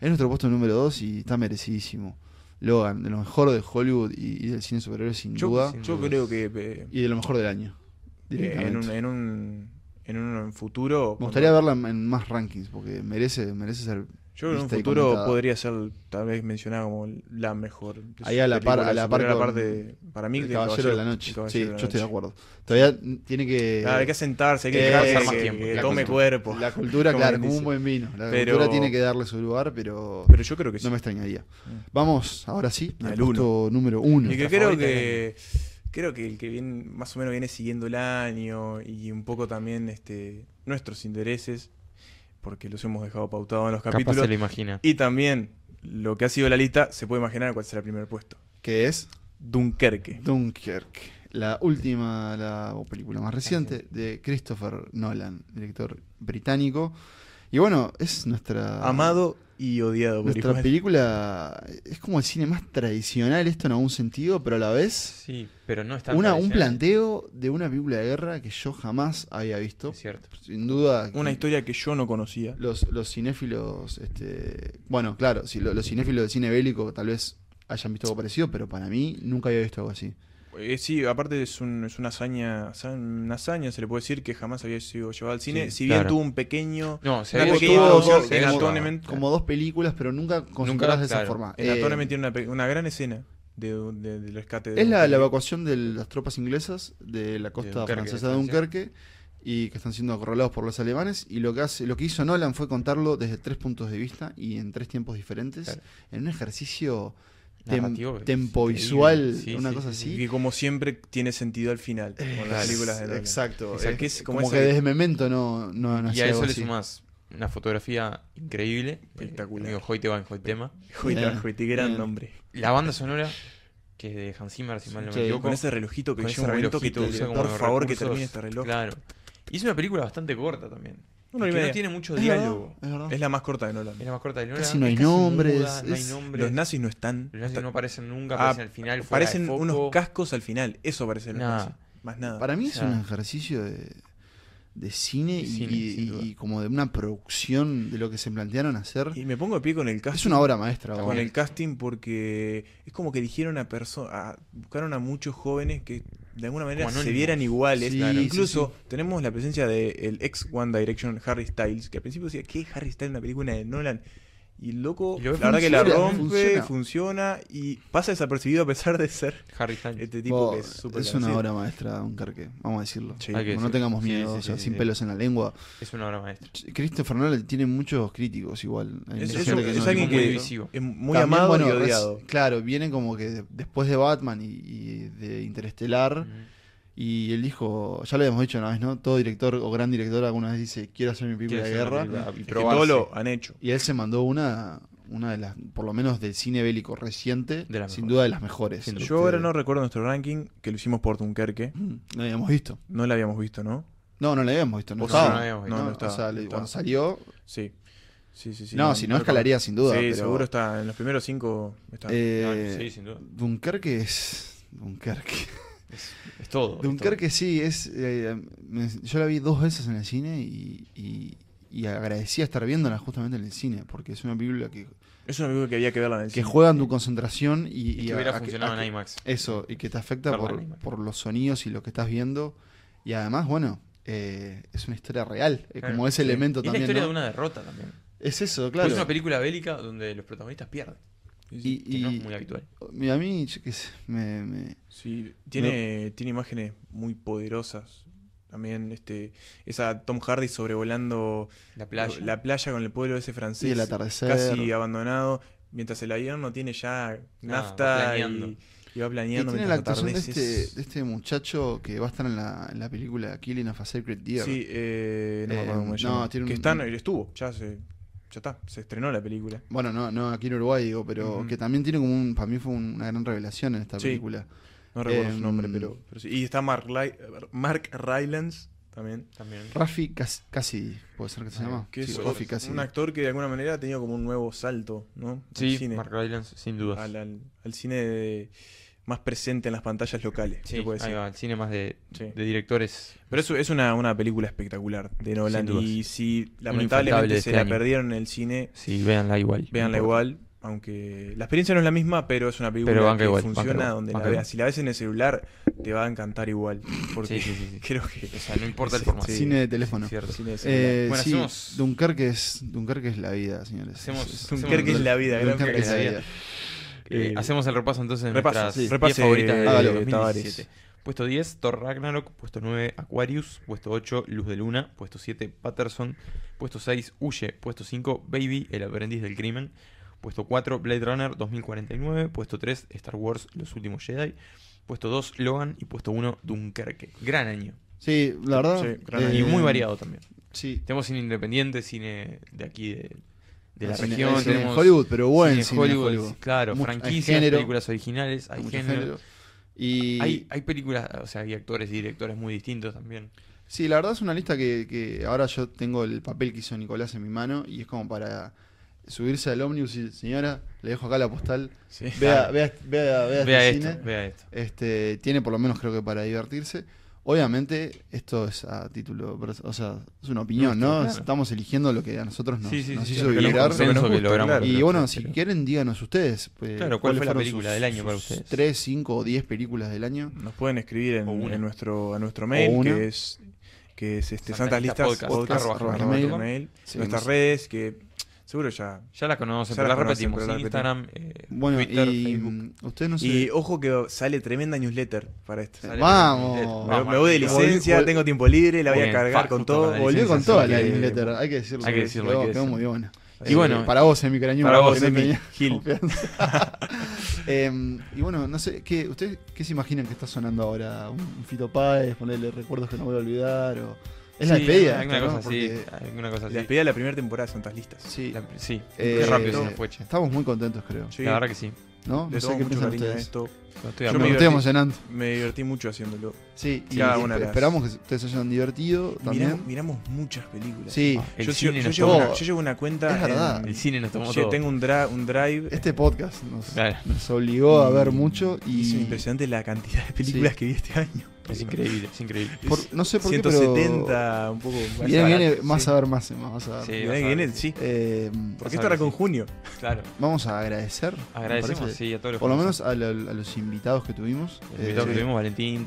[SPEAKER 1] Es nuestro puesto número 2 y está merecidísimo. Logan, de lo mejor de Hollywood y, y del cine superhéroe sin duda.
[SPEAKER 3] Yo,
[SPEAKER 2] sin
[SPEAKER 3] yo
[SPEAKER 2] duda.
[SPEAKER 3] creo que eh,
[SPEAKER 1] Y de lo mejor del año. directamente.
[SPEAKER 3] en un, en un en un futuro
[SPEAKER 1] Me
[SPEAKER 3] cuando-
[SPEAKER 1] gustaría verla en, en más rankings porque merece, merece ser
[SPEAKER 3] Yo creo que en un
[SPEAKER 1] lista y
[SPEAKER 3] futuro
[SPEAKER 1] comentada.
[SPEAKER 3] podría ser tal vez mencionada como la mejor. de
[SPEAKER 1] Ahí
[SPEAKER 3] sus
[SPEAKER 1] a la par-
[SPEAKER 3] películas,
[SPEAKER 1] a la par
[SPEAKER 3] superior
[SPEAKER 1] con
[SPEAKER 3] de- para mí
[SPEAKER 1] el
[SPEAKER 3] de
[SPEAKER 1] Caballero de la Noche.
[SPEAKER 3] el Caballero
[SPEAKER 1] Sí,
[SPEAKER 3] de
[SPEAKER 1] yo
[SPEAKER 3] la
[SPEAKER 1] estoy de
[SPEAKER 3] Noche.
[SPEAKER 1] acuerdo. Todavía tiene que.
[SPEAKER 3] Claro, hay que sentarse, hay que
[SPEAKER 1] Eh,
[SPEAKER 3] dejar
[SPEAKER 1] pasar
[SPEAKER 3] que-
[SPEAKER 1] más
[SPEAKER 3] que-
[SPEAKER 2] tiempo,
[SPEAKER 3] que
[SPEAKER 2] la
[SPEAKER 3] tome
[SPEAKER 2] cultura.
[SPEAKER 3] cuerpo.
[SPEAKER 1] La cultura,
[SPEAKER 3] Como
[SPEAKER 1] claro,
[SPEAKER 3] bien
[SPEAKER 1] como un
[SPEAKER 3] dice.
[SPEAKER 1] buen vino. La
[SPEAKER 3] Pero-
[SPEAKER 1] cultura tiene que darle su lugar, pero
[SPEAKER 3] Pero yo creo que sí.
[SPEAKER 1] no me extrañaría.
[SPEAKER 3] Mm.
[SPEAKER 1] Vamos, ahora sí, al
[SPEAKER 3] Al
[SPEAKER 1] punto número uno.
[SPEAKER 3] Y que
[SPEAKER 2] Nuestra
[SPEAKER 3] creo
[SPEAKER 2] favorita
[SPEAKER 3] que creo que el que viene, más o menos viene siguiendo el año y un poco también este nuestros intereses, porque los hemos dejado pautados en los
[SPEAKER 2] Capaz
[SPEAKER 3] capítulos.
[SPEAKER 2] se lo imagina.
[SPEAKER 3] Y también lo que ha sido la lista, se puede imaginar cuál será el primer puesto.
[SPEAKER 1] Que es
[SPEAKER 3] Dunkerque.
[SPEAKER 1] Dunkirk. La última, la o película más reciente de Christopher Nolan, director británico. Y bueno, es nuestra.
[SPEAKER 3] Amado y odiado por
[SPEAKER 1] Nuestra
[SPEAKER 3] igual.
[SPEAKER 1] película es como el cine más tradicional, esto en algún sentido, pero a la vez
[SPEAKER 2] Sí, pero no está.
[SPEAKER 1] una, un planteo de una película de guerra que yo jamás había visto.
[SPEAKER 2] Es cierto.
[SPEAKER 1] Sin duda.
[SPEAKER 3] Una
[SPEAKER 1] que-
[SPEAKER 3] historia que yo no conocía.
[SPEAKER 1] los, los cinéfilos, este, bueno, claro, si lo- los cinéfilos del cine bélico tal vez hayan visto algo parecido, pero para mí nunca había visto algo así.
[SPEAKER 3] Eh, sí, aparte es, un- es una hazaña, haza- una hazaña se le puede decir que jamás había sido llevada al cine,
[SPEAKER 2] Sí,
[SPEAKER 3] si bien
[SPEAKER 2] claro.
[SPEAKER 3] tuvo un pequeño
[SPEAKER 2] No, se
[SPEAKER 3] Una
[SPEAKER 2] ve
[SPEAKER 1] Tuvo-
[SPEAKER 3] pequeña
[SPEAKER 1] tuvo
[SPEAKER 3] producción
[SPEAKER 1] dos-
[SPEAKER 3] que
[SPEAKER 1] como-
[SPEAKER 3] Atonement.
[SPEAKER 1] como dos películas, pero nunca concentradas de esa
[SPEAKER 2] claro.
[SPEAKER 1] forma.
[SPEAKER 3] En
[SPEAKER 1] Eh,
[SPEAKER 3] Atonement tiene una, pe- una gran escena de, de- del rescate de
[SPEAKER 1] es la, la
[SPEAKER 3] Dunkerque.
[SPEAKER 1] evacuación de las tropas inglesas de la costa
[SPEAKER 2] Dunkerque,
[SPEAKER 1] francesa de
[SPEAKER 2] de Francia.
[SPEAKER 1] Dunkerque y que están siendo acorralados por los alemanes y lo que hace lo que hizo Nolan fue contarlo desde tres puntos de vista y en tres tiempos diferentes
[SPEAKER 2] Claro.
[SPEAKER 1] en un ejercicio tem-
[SPEAKER 2] Narrativo, es
[SPEAKER 1] tempovisual
[SPEAKER 2] increíble. Sí,
[SPEAKER 1] una
[SPEAKER 2] sí,
[SPEAKER 1] cosa
[SPEAKER 2] sí,
[SPEAKER 1] así
[SPEAKER 3] Y que como siempre tiene sentido al final, con las
[SPEAKER 2] Claro.
[SPEAKER 3] películas de Nolan.
[SPEAKER 1] Exacto.
[SPEAKER 3] O sea,
[SPEAKER 1] es
[SPEAKER 3] que es
[SPEAKER 1] como,
[SPEAKER 3] como
[SPEAKER 1] que
[SPEAKER 3] esa-
[SPEAKER 1] desde Memento no, no, no
[SPEAKER 2] Y
[SPEAKER 1] hacía
[SPEAKER 2] a eso
[SPEAKER 1] algo
[SPEAKER 2] le
[SPEAKER 1] así.
[SPEAKER 2] sumas una fotografía increíble.
[SPEAKER 3] Espectacular.
[SPEAKER 2] Amigo Hoy te va en Hoy tema.
[SPEAKER 3] Uy,
[SPEAKER 1] Bien,
[SPEAKER 3] la- uy, qué gran
[SPEAKER 1] bien.
[SPEAKER 3] nombre.
[SPEAKER 2] La banda sonora, que es de Hans Zimmer, si mal no
[SPEAKER 1] Sí,
[SPEAKER 2] me equivoco.
[SPEAKER 3] Con ese relojito que
[SPEAKER 2] Eh, con
[SPEAKER 3] llega
[SPEAKER 2] ese
[SPEAKER 3] un momento que
[SPEAKER 2] relojito
[SPEAKER 3] te
[SPEAKER 2] que
[SPEAKER 3] dice,
[SPEAKER 2] usa como
[SPEAKER 3] por favor, que
[SPEAKER 2] recursos.
[SPEAKER 3] termine este reloj.
[SPEAKER 2] Claro. Y es una película bastante corta también.
[SPEAKER 3] Una hora y
[SPEAKER 2] que no
[SPEAKER 3] media.
[SPEAKER 2] tiene mucho
[SPEAKER 1] Es
[SPEAKER 2] diálogo.
[SPEAKER 1] verdad, es verdad.
[SPEAKER 3] Es la más corta de Nolan.
[SPEAKER 2] Es la más corta de Lola.
[SPEAKER 1] Casi no hay
[SPEAKER 2] es
[SPEAKER 1] nombres,
[SPEAKER 2] muda, no hay
[SPEAKER 1] es-
[SPEAKER 2] nombres.
[SPEAKER 3] Los nazis no están.
[SPEAKER 2] Los nazis
[SPEAKER 3] hasta-
[SPEAKER 2] no aparecen nunca,
[SPEAKER 3] Ah,
[SPEAKER 2] aparecen al final. fuera de
[SPEAKER 3] parecen
[SPEAKER 2] foco.
[SPEAKER 3] unos cascos al final. Eso parece los
[SPEAKER 2] Nada.
[SPEAKER 3] nazis. Más nada.
[SPEAKER 1] Para mí es
[SPEAKER 2] Ya.
[SPEAKER 1] un ejercicio de, de cine,
[SPEAKER 2] De
[SPEAKER 1] y-
[SPEAKER 2] cine,
[SPEAKER 1] y,
[SPEAKER 2] sin duda.
[SPEAKER 1] y como de una producción de lo que se plantearon hacer.
[SPEAKER 3] Y me pongo de pie con el casting.
[SPEAKER 1] Es una obra maestra.
[SPEAKER 3] con
[SPEAKER 1] bueno.
[SPEAKER 3] el casting porque es como que eligieron a personas, buscaron a muchos jóvenes que de alguna manera
[SPEAKER 2] Como
[SPEAKER 3] se
[SPEAKER 2] anónimos.
[SPEAKER 3] vieran iguales.
[SPEAKER 1] Sí, Claro.
[SPEAKER 3] Incluso tenemos la presencia del ex One Direction Harry Styles, que al principio decía, ¿qué Harry Styles en una película de Nolan? Y el loco,
[SPEAKER 2] Y
[SPEAKER 3] la
[SPEAKER 2] lo que
[SPEAKER 3] verdad que la
[SPEAKER 1] funciona,
[SPEAKER 3] rompe, funciona. y pasa desapercibido a pesar de ser
[SPEAKER 2] Harry Styles.
[SPEAKER 3] este tipo
[SPEAKER 1] Oh,
[SPEAKER 3] que es súper
[SPEAKER 1] es una
[SPEAKER 3] conocido.
[SPEAKER 1] obra maestra, Dunkerque, vamos a decirlo.
[SPEAKER 3] Sí.
[SPEAKER 2] Hay que
[SPEAKER 1] Como no
[SPEAKER 2] decirlo.
[SPEAKER 1] tengamos
[SPEAKER 2] Sí,
[SPEAKER 1] miedo,
[SPEAKER 2] sí,
[SPEAKER 1] o
[SPEAKER 2] sí,
[SPEAKER 1] sea,
[SPEAKER 2] sí,
[SPEAKER 1] sin
[SPEAKER 2] sí.
[SPEAKER 1] pelos en la lengua.
[SPEAKER 2] Es una obra maestra.
[SPEAKER 1] Ch- Christopher Nolan tiene muchos críticos igual. Hay
[SPEAKER 3] Es,
[SPEAKER 1] mucha
[SPEAKER 3] es
[SPEAKER 1] gente
[SPEAKER 3] un-
[SPEAKER 1] que
[SPEAKER 3] es
[SPEAKER 1] no le
[SPEAKER 3] alguien
[SPEAKER 2] muy
[SPEAKER 1] gusta.
[SPEAKER 3] que
[SPEAKER 2] divisivo.
[SPEAKER 3] es muy
[SPEAKER 1] También,
[SPEAKER 3] amado
[SPEAKER 1] bueno,
[SPEAKER 3] y
[SPEAKER 1] es-
[SPEAKER 3] odiado.
[SPEAKER 1] claro, viene como que de- después de Batman y, y de Interestelar.
[SPEAKER 2] Ujú.
[SPEAKER 1] Y él dijo, ya lo habíamos dicho una vez, ¿no? Todo director o gran director alguna vez dice, quiero hacer mi película
[SPEAKER 2] Quiere
[SPEAKER 1] de
[SPEAKER 2] hacer una
[SPEAKER 1] guerra.
[SPEAKER 2] película y
[SPEAKER 3] Es que
[SPEAKER 2] probarse
[SPEAKER 3] todo lo han hecho.
[SPEAKER 1] Y él se mandó una, una de las, por lo menos del cine bélico reciente,
[SPEAKER 2] De las
[SPEAKER 1] sin
[SPEAKER 2] mejores.
[SPEAKER 1] duda de las mejores.
[SPEAKER 2] Sin duda.
[SPEAKER 1] Este,
[SPEAKER 3] Yo ahora no recuerdo nuestro ranking, que lo hicimos por Dunkerque.
[SPEAKER 1] Mm, No habíamos visto.
[SPEAKER 3] No la habíamos visto, ¿no?
[SPEAKER 1] No, no la habíamos visto. No
[SPEAKER 2] Vos
[SPEAKER 1] estaba.
[SPEAKER 2] no la habíamos visto.
[SPEAKER 1] No,
[SPEAKER 3] No, no estaba,
[SPEAKER 1] o sea, le-
[SPEAKER 3] no estaba.
[SPEAKER 1] cuando salió.
[SPEAKER 3] Sí. Sí, sí, sí.
[SPEAKER 1] no, si no
[SPEAKER 3] recuerdo.
[SPEAKER 1] escalaría sin duda.
[SPEAKER 3] Sí,
[SPEAKER 1] pero,
[SPEAKER 3] seguro está. En los primeros cinco está.
[SPEAKER 1] eh,
[SPEAKER 2] Ah, sí, sin duda.
[SPEAKER 1] Dunkerque es. Dunkerque.
[SPEAKER 2] Es, es todo. es
[SPEAKER 1] Dunkerque sí, es. eh, me- yo la vi dos veces en el cine y, y, y agradecía estar viéndola justamente en el cine, porque es una película que,
[SPEAKER 3] es un amigo que había que verla en el
[SPEAKER 1] que
[SPEAKER 3] cine.
[SPEAKER 1] juega en tu concentración y.
[SPEAKER 2] todo.
[SPEAKER 1] y
[SPEAKER 2] Y
[SPEAKER 1] a-
[SPEAKER 2] que hubiera
[SPEAKER 1] a que-
[SPEAKER 2] funcionado
[SPEAKER 1] a
[SPEAKER 2] en
[SPEAKER 1] que-
[SPEAKER 2] IMAX.
[SPEAKER 1] Eso, y que te afecta
[SPEAKER 2] Verla en
[SPEAKER 1] por,
[SPEAKER 2] IMAX.
[SPEAKER 1] por los sonidos y lo que estás viendo. Y además, bueno, eh, es una historia real, eh,
[SPEAKER 2] Claro,
[SPEAKER 1] como ese
[SPEAKER 3] sí.
[SPEAKER 1] elemento
[SPEAKER 2] Y es la
[SPEAKER 1] también.
[SPEAKER 2] historia
[SPEAKER 1] ¿no?
[SPEAKER 2] de una derrota también.
[SPEAKER 1] Es eso,
[SPEAKER 2] Porque
[SPEAKER 1] claro.
[SPEAKER 2] Es una película bélica donde los protagonistas pierden.
[SPEAKER 3] Sí, sí.
[SPEAKER 1] Y,
[SPEAKER 2] Que no
[SPEAKER 1] y-
[SPEAKER 2] es muy habitual.
[SPEAKER 1] y a mí, yo qué sé, me, me-
[SPEAKER 3] Sí, tiene, tiene imágenes muy poderosas. También este, esa Tom Hardy sobrevolando
[SPEAKER 2] La playa.
[SPEAKER 3] la playa con el pueblo ese francés.
[SPEAKER 1] y el atardecer.
[SPEAKER 3] Casi abandonado. Mientras el avión no tiene ya
[SPEAKER 2] Ah, va
[SPEAKER 3] nafta
[SPEAKER 2] planeando.
[SPEAKER 3] y, y va
[SPEAKER 1] Y
[SPEAKER 3] planeando.
[SPEAKER 1] tiene la
[SPEAKER 3] mientras
[SPEAKER 1] actuación de este,
[SPEAKER 3] atardece.
[SPEAKER 1] de este muchacho que va a estar en la, en la película Killing of a Sacred Deer.
[SPEAKER 3] Sí, eh, no me
[SPEAKER 1] Eh,
[SPEAKER 3] acuerdo cómo se
[SPEAKER 1] no,
[SPEAKER 3] llama.
[SPEAKER 1] tiene
[SPEAKER 3] que
[SPEAKER 1] un-
[SPEAKER 3] están, estuvo, ya se, ya está, se estrenó la película.
[SPEAKER 1] Bueno, no, no aquí en Uruguay, digo, pero
[SPEAKER 3] Ujú.
[SPEAKER 1] que también tiene como un. Para mí fue una gran revelación en esta
[SPEAKER 3] Sí.
[SPEAKER 1] película.
[SPEAKER 3] No recuerdo su nombre,
[SPEAKER 1] Em,
[SPEAKER 3] pero, pero sí. Y está Mark, Lai- Mark Rylance también.
[SPEAKER 2] También.
[SPEAKER 1] Rafi Cas- Cassidy, puede ser que se
[SPEAKER 2] Ah,
[SPEAKER 1] llama.
[SPEAKER 3] Que
[SPEAKER 1] Sí,
[SPEAKER 3] es
[SPEAKER 1] Rafi Cassidy.
[SPEAKER 3] un actor que de alguna manera ha tenido como un nuevo salto, ¿no? Al
[SPEAKER 2] Sí,
[SPEAKER 3] cine,
[SPEAKER 2] Mark Rylance, sin dudas.
[SPEAKER 1] Ah,
[SPEAKER 3] al, al- al cine de- más presente en las pantallas locales.
[SPEAKER 2] Sí,
[SPEAKER 3] se puede
[SPEAKER 2] ahí
[SPEAKER 3] decir.
[SPEAKER 2] va, el cine más de,
[SPEAKER 3] Sí.
[SPEAKER 2] de directores.
[SPEAKER 3] Pero eso es una, una película espectacular de Nolan.
[SPEAKER 2] dudas.
[SPEAKER 3] Y si
[SPEAKER 2] infaltable
[SPEAKER 3] lamentablemente
[SPEAKER 2] de
[SPEAKER 3] se
[SPEAKER 2] este
[SPEAKER 3] la
[SPEAKER 2] año.
[SPEAKER 3] perdieron en el cine,
[SPEAKER 2] Sí, véanla igual.
[SPEAKER 3] Veanla
[SPEAKER 2] No importa.
[SPEAKER 3] igual, aunque la experiencia no es la misma, pero es una película
[SPEAKER 2] Pero banca
[SPEAKER 3] que
[SPEAKER 2] igual, banca
[SPEAKER 3] funciona
[SPEAKER 2] igual,
[SPEAKER 3] donde
[SPEAKER 2] banca
[SPEAKER 3] la
[SPEAKER 2] igual.
[SPEAKER 3] veas. Si la ves en el celular, te va a encantar igual. Porque
[SPEAKER 2] Sí, sí, sí, sí.
[SPEAKER 3] creo que
[SPEAKER 2] O sea, no importa el
[SPEAKER 3] Sí,
[SPEAKER 2] formato.
[SPEAKER 3] sí.
[SPEAKER 1] Cine de teléfono.
[SPEAKER 2] Cierto.
[SPEAKER 3] cine de celular.
[SPEAKER 1] Eh,
[SPEAKER 2] Bueno,
[SPEAKER 1] sí,
[SPEAKER 2] hacemos-
[SPEAKER 1] Dunkerque es, Dunkerque es la vida, señores.
[SPEAKER 2] Hacemos-
[SPEAKER 1] Es- es-
[SPEAKER 3] Dunkerque es la vida, gran
[SPEAKER 1] Dunkerque es la
[SPEAKER 2] película.
[SPEAKER 1] vida.
[SPEAKER 2] Eh,
[SPEAKER 3] Eh,
[SPEAKER 2] hacemos el repaso entonces de
[SPEAKER 3] repaso,
[SPEAKER 2] nuestras
[SPEAKER 1] sí.
[SPEAKER 2] 10
[SPEAKER 3] Repase,
[SPEAKER 2] favoritas
[SPEAKER 3] eh,
[SPEAKER 2] de
[SPEAKER 1] hágalo,
[SPEAKER 2] 2017. Puesto 10, Thor Ragnarok. Puesto 9, Aquarius. Puesto 8, Luz de Luna. Puesto 7, Patterson. Puesto 6, Huye. Puesto 5, Baby, el aprendiz del crimen. Puesto 4, Blade Runner 2049. Puesto 3, Star Wars, los últimos Jedi. Puesto 2, Logan. Y puesto 1, Dunkerque. Gran año.
[SPEAKER 1] Sí, la verdad.
[SPEAKER 3] Sí, gran
[SPEAKER 1] eh,
[SPEAKER 2] y muy variado también.
[SPEAKER 1] Sí.
[SPEAKER 2] Tenemos cine independiente, cine de aquí, de, de la
[SPEAKER 1] Cine-
[SPEAKER 2] región.
[SPEAKER 1] cine de
[SPEAKER 2] tenemos
[SPEAKER 1] Hollywood, pero buen cine de
[SPEAKER 2] Hollywood,
[SPEAKER 1] Hollywood.
[SPEAKER 2] Claro,
[SPEAKER 1] Mucho- hay
[SPEAKER 2] franquicias,
[SPEAKER 1] género,
[SPEAKER 2] películas originales, hay
[SPEAKER 1] mucho
[SPEAKER 2] género.
[SPEAKER 1] género. Y
[SPEAKER 2] Hay, hay películas, o sea, hay actores y directores muy distintos también.
[SPEAKER 1] sí, la verdad es una lista que, que ahora yo tengo el papel que hizo Nicolás en mi mano y es como para subirse al ómnibus y señora, le dejo acá la postal,
[SPEAKER 3] Sí. Ah,
[SPEAKER 1] vea, vea, vea, vea,
[SPEAKER 2] vea
[SPEAKER 1] este
[SPEAKER 2] esto,
[SPEAKER 1] cine.
[SPEAKER 2] vea esto.
[SPEAKER 1] Este, tiene por lo menos creo que para divertirse. Obviamente, esto es a título, pers- o sea, es una opinión,
[SPEAKER 2] Nuestro,
[SPEAKER 1] ¿no?
[SPEAKER 2] claro.
[SPEAKER 1] Estamos eligiendo lo que a nosotros nos,
[SPEAKER 2] Sí, sí,
[SPEAKER 1] nos
[SPEAKER 2] sí,
[SPEAKER 1] hizo
[SPEAKER 2] lo que nos
[SPEAKER 1] vibrar.
[SPEAKER 2] consenso
[SPEAKER 3] lo que nos
[SPEAKER 2] que
[SPEAKER 3] gusta,
[SPEAKER 2] logramos.
[SPEAKER 3] claro.
[SPEAKER 1] Y bueno, si
[SPEAKER 2] Pero-
[SPEAKER 1] quieren, díganos ustedes. pues,
[SPEAKER 2] Claro, ¿cuál
[SPEAKER 1] cuáles
[SPEAKER 2] fue la
[SPEAKER 1] fueron
[SPEAKER 2] película
[SPEAKER 1] sus-
[SPEAKER 2] del año para
[SPEAKER 1] sus
[SPEAKER 2] ustedes?
[SPEAKER 1] Tres, cinco o diez películas del año.
[SPEAKER 3] Nos pueden escribir en,
[SPEAKER 2] O una.
[SPEAKER 3] en nuestro, a nuestro
[SPEAKER 1] O
[SPEAKER 3] mail,
[SPEAKER 1] una.
[SPEAKER 3] que es, que es este,
[SPEAKER 2] Santas
[SPEAKER 3] Santas
[SPEAKER 2] Listas
[SPEAKER 3] Listas
[SPEAKER 2] Podcast,
[SPEAKER 3] podcast,
[SPEAKER 1] arroba
[SPEAKER 3] arroba
[SPEAKER 1] gmail.
[SPEAKER 3] gmail.
[SPEAKER 1] Sí,
[SPEAKER 3] Nuestras
[SPEAKER 1] no sé.
[SPEAKER 3] redes, que seguro ya.
[SPEAKER 2] Ya la conocen,
[SPEAKER 3] Ya
[SPEAKER 2] pero
[SPEAKER 3] la
[SPEAKER 2] la
[SPEAKER 3] conocen,
[SPEAKER 2] repetimos.
[SPEAKER 3] pero la
[SPEAKER 2] en Instagram, eh,
[SPEAKER 1] Bueno,
[SPEAKER 2] Twitter,
[SPEAKER 1] y
[SPEAKER 2] Facebook.
[SPEAKER 1] mm, ustedes no sé.
[SPEAKER 3] Y ojo que sale tremenda newsletter para esto.
[SPEAKER 1] Sí.
[SPEAKER 2] Sale
[SPEAKER 1] vamos.
[SPEAKER 2] en el-
[SPEAKER 1] Me-
[SPEAKER 3] Me,
[SPEAKER 2] vamos,
[SPEAKER 3] me voy de
[SPEAKER 2] amigos.
[SPEAKER 1] lic-
[SPEAKER 3] licencia,
[SPEAKER 1] Vol- vol-
[SPEAKER 3] tengo tiempo libre, la voy
[SPEAKER 2] Bien,
[SPEAKER 3] a cargar
[SPEAKER 2] fa-
[SPEAKER 3] con
[SPEAKER 2] justo
[SPEAKER 3] todo.
[SPEAKER 2] con la
[SPEAKER 1] Volvió con
[SPEAKER 2] licencia,
[SPEAKER 1] toda
[SPEAKER 2] sí,
[SPEAKER 1] la
[SPEAKER 2] que-
[SPEAKER 1] newsletter, hay que decirlo.
[SPEAKER 2] hay que
[SPEAKER 1] que
[SPEAKER 2] decirlo,
[SPEAKER 1] quedó-
[SPEAKER 2] hay que
[SPEAKER 1] quedó
[SPEAKER 2] decirlo.
[SPEAKER 1] muy buena.
[SPEAKER 3] Y
[SPEAKER 1] Eh,
[SPEAKER 2] bueno,
[SPEAKER 1] para vos, Emi Craño.
[SPEAKER 2] para vos,
[SPEAKER 1] que
[SPEAKER 3] Emi,
[SPEAKER 1] tenía
[SPEAKER 3] Gil.
[SPEAKER 1] confianza. Em, y bueno, no sé, ¿qué, ¿ustedes qué se imaginan que está sonando ahora? ¿Un, un Fito Páez? Ponerle recuerdos que no voy a olvidar. O... Es la
[SPEAKER 2] Sí,
[SPEAKER 1] despedida.
[SPEAKER 2] alguna
[SPEAKER 1] esta, ¿no?
[SPEAKER 2] cosa así,
[SPEAKER 1] Porque-
[SPEAKER 2] alguna cosa así.
[SPEAKER 3] La despedida de la primera temporada de Santas Listas.
[SPEAKER 1] sí,
[SPEAKER 2] La- sí,
[SPEAKER 1] Eh,
[SPEAKER 2] qué rápido
[SPEAKER 3] todo-
[SPEAKER 2] se nos fue, che.
[SPEAKER 1] estamos muy contentos, creo.
[SPEAKER 3] Sí,
[SPEAKER 2] La verdad que eh. sí.
[SPEAKER 1] ¿No?
[SPEAKER 3] le
[SPEAKER 1] No sé
[SPEAKER 3] tomo
[SPEAKER 1] qué
[SPEAKER 3] mucho
[SPEAKER 1] piensan
[SPEAKER 3] cariño a
[SPEAKER 1] ustedes.
[SPEAKER 3] esto.
[SPEAKER 1] Yo
[SPEAKER 2] Estoy de
[SPEAKER 3] Yo
[SPEAKER 1] me
[SPEAKER 2] acuerdo.
[SPEAKER 1] estoy
[SPEAKER 3] divertí.
[SPEAKER 1] emocionando.
[SPEAKER 3] Me divertí mucho haciéndolo.
[SPEAKER 1] Sí, y
[SPEAKER 3] Cada una de las-
[SPEAKER 1] esperamos que ustedes se hayan divertido
[SPEAKER 3] Miramos,
[SPEAKER 1] también.
[SPEAKER 3] miramos muchas películas.
[SPEAKER 1] Sí,
[SPEAKER 2] Ah, El
[SPEAKER 3] yo,
[SPEAKER 2] cine
[SPEAKER 3] yo- yo
[SPEAKER 2] nos
[SPEAKER 3] llevo
[SPEAKER 1] tomó.
[SPEAKER 3] una, yo llevo una cuenta.
[SPEAKER 1] Es verdad.
[SPEAKER 3] en-
[SPEAKER 2] El cine nos tomó
[SPEAKER 3] yo
[SPEAKER 2] todo.
[SPEAKER 3] tengo un, dra- un drive.
[SPEAKER 1] este podcast nos,
[SPEAKER 2] Claro. Mm,
[SPEAKER 1] nos obligó a ver mucho
[SPEAKER 3] Es
[SPEAKER 1] y
[SPEAKER 3] impresionante la cantidad de películas
[SPEAKER 1] Sí.
[SPEAKER 3] que vi este año.
[SPEAKER 2] Es increíble, es increíble.
[SPEAKER 1] por- no sé por qué, pero
[SPEAKER 3] 170, un poco más.
[SPEAKER 1] viene,
[SPEAKER 3] barato,
[SPEAKER 1] viene más
[SPEAKER 3] sí.
[SPEAKER 1] a ver más, y más a ver.
[SPEAKER 2] Sí.
[SPEAKER 3] Viene,
[SPEAKER 2] vas a ver.
[SPEAKER 3] viene, sí.
[SPEAKER 1] Eh,
[SPEAKER 3] Porque
[SPEAKER 2] vas a
[SPEAKER 3] esto
[SPEAKER 2] ver,
[SPEAKER 3] era con
[SPEAKER 2] sí.
[SPEAKER 3] junio.
[SPEAKER 2] Claro.
[SPEAKER 1] vamos a agradecer. me
[SPEAKER 2] Agradecemos,
[SPEAKER 1] parece,
[SPEAKER 2] sí, a todos los
[SPEAKER 1] Por lo
[SPEAKER 2] que
[SPEAKER 1] menos
[SPEAKER 2] nos-
[SPEAKER 1] a, lo- a los invitados que tuvimos.
[SPEAKER 2] los invitados
[SPEAKER 1] Eh,
[SPEAKER 2] que tuvimos, Valentín,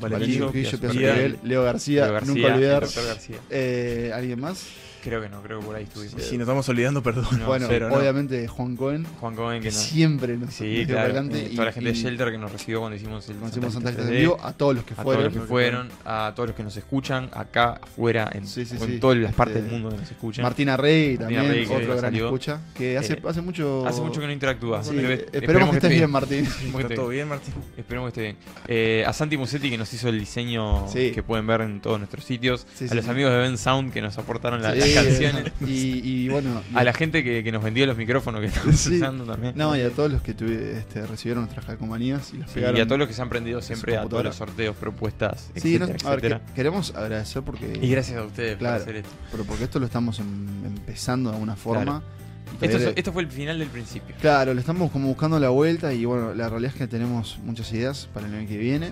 [SPEAKER 1] Valentín
[SPEAKER 3] Valentín,
[SPEAKER 2] Trujillo,
[SPEAKER 1] Trujillo,
[SPEAKER 2] Piazza
[SPEAKER 1] Piazza
[SPEAKER 3] Piazza
[SPEAKER 2] Perel,
[SPEAKER 1] Perel, Leo García,
[SPEAKER 2] Leo García,
[SPEAKER 1] nunca
[SPEAKER 2] el
[SPEAKER 1] olvidar.
[SPEAKER 2] doctor García.
[SPEAKER 1] Eh, ¿Alguien más?
[SPEAKER 2] Creo que no, creo que por ahí estuvimos.
[SPEAKER 3] Si nos estamos olvidando, perdón.
[SPEAKER 2] No,
[SPEAKER 1] bueno,
[SPEAKER 2] cero, no.
[SPEAKER 1] obviamente Juan Cohen,
[SPEAKER 2] Juan Cohen, que
[SPEAKER 1] que
[SPEAKER 2] no.
[SPEAKER 1] siempre nos
[SPEAKER 2] Sí,
[SPEAKER 1] nos dio
[SPEAKER 2] claro.
[SPEAKER 1] adelante
[SPEAKER 2] eh,
[SPEAKER 1] y-
[SPEAKER 2] toda la gente
[SPEAKER 1] y
[SPEAKER 2] de Shelter que nos recibió cuando hicimos el
[SPEAKER 1] Conocimos Santa Cruz
[SPEAKER 2] Cruz
[SPEAKER 1] en
[SPEAKER 2] en
[SPEAKER 1] vivo a todos los que
[SPEAKER 2] A todos
[SPEAKER 1] fueron.
[SPEAKER 2] los que fueron, a todos los que nos escuchan, acá, afuera, en,
[SPEAKER 1] Sí, sí,
[SPEAKER 2] en
[SPEAKER 1] sí.
[SPEAKER 2] todas las partes
[SPEAKER 1] Este,
[SPEAKER 2] del mundo que nos escuchan.
[SPEAKER 1] Martina Rey
[SPEAKER 2] Martina
[SPEAKER 1] también,
[SPEAKER 2] Rey, que
[SPEAKER 1] otro gran
[SPEAKER 2] salió.
[SPEAKER 1] escucha. Que hace,
[SPEAKER 2] Eh,
[SPEAKER 1] hace mucho.
[SPEAKER 2] Hace mucho que no interactúa.
[SPEAKER 1] Sí,
[SPEAKER 2] pero
[SPEAKER 1] eh,
[SPEAKER 2] esp-
[SPEAKER 1] esperemos, que estés bien, Martín.
[SPEAKER 2] Esperemos que
[SPEAKER 3] ¿Está
[SPEAKER 2] esté
[SPEAKER 3] todo
[SPEAKER 2] bien.
[SPEAKER 3] bien, Martín?
[SPEAKER 2] Esperemos que esté bien. Eh, a Santi Musetti que nos hizo el diseño
[SPEAKER 1] Sí.
[SPEAKER 2] que pueden ver en todos nuestros sitios.
[SPEAKER 1] Sí,
[SPEAKER 2] a
[SPEAKER 1] sí,
[SPEAKER 2] los
[SPEAKER 1] sí.
[SPEAKER 2] amigos de Ben Sound que nos aportaron la-
[SPEAKER 1] Sí,
[SPEAKER 2] las canciones.
[SPEAKER 1] Y, y bueno. y-
[SPEAKER 2] A la gente que, que nos vendió los micrófonos que estamos
[SPEAKER 1] Sí.
[SPEAKER 2] usando también.
[SPEAKER 1] No, y a todos los que tuve- este, recibieron nuestras calcomanías y las
[SPEAKER 2] Sí,
[SPEAKER 1] pegaron.
[SPEAKER 2] y a todos los que se han prendido siempre a todos
[SPEAKER 1] computadora.
[SPEAKER 2] los sorteos, propuestas,
[SPEAKER 1] Sí,
[SPEAKER 2] etcétera,
[SPEAKER 1] no, a ver,
[SPEAKER 2] etcétera.
[SPEAKER 1] que- queremos agradecer porque.
[SPEAKER 2] Y gracias a ustedes
[SPEAKER 1] Claro.
[SPEAKER 2] por hacer esto.
[SPEAKER 1] pero porque esto lo estamos em- empezando de alguna forma. Y todavía
[SPEAKER 2] Esto, es-
[SPEAKER 1] le-
[SPEAKER 2] esto fue el final del principio.
[SPEAKER 1] Claro, le estamos como buscando la vuelta y bueno, la realidad es que tenemos muchas ideas para el año que viene.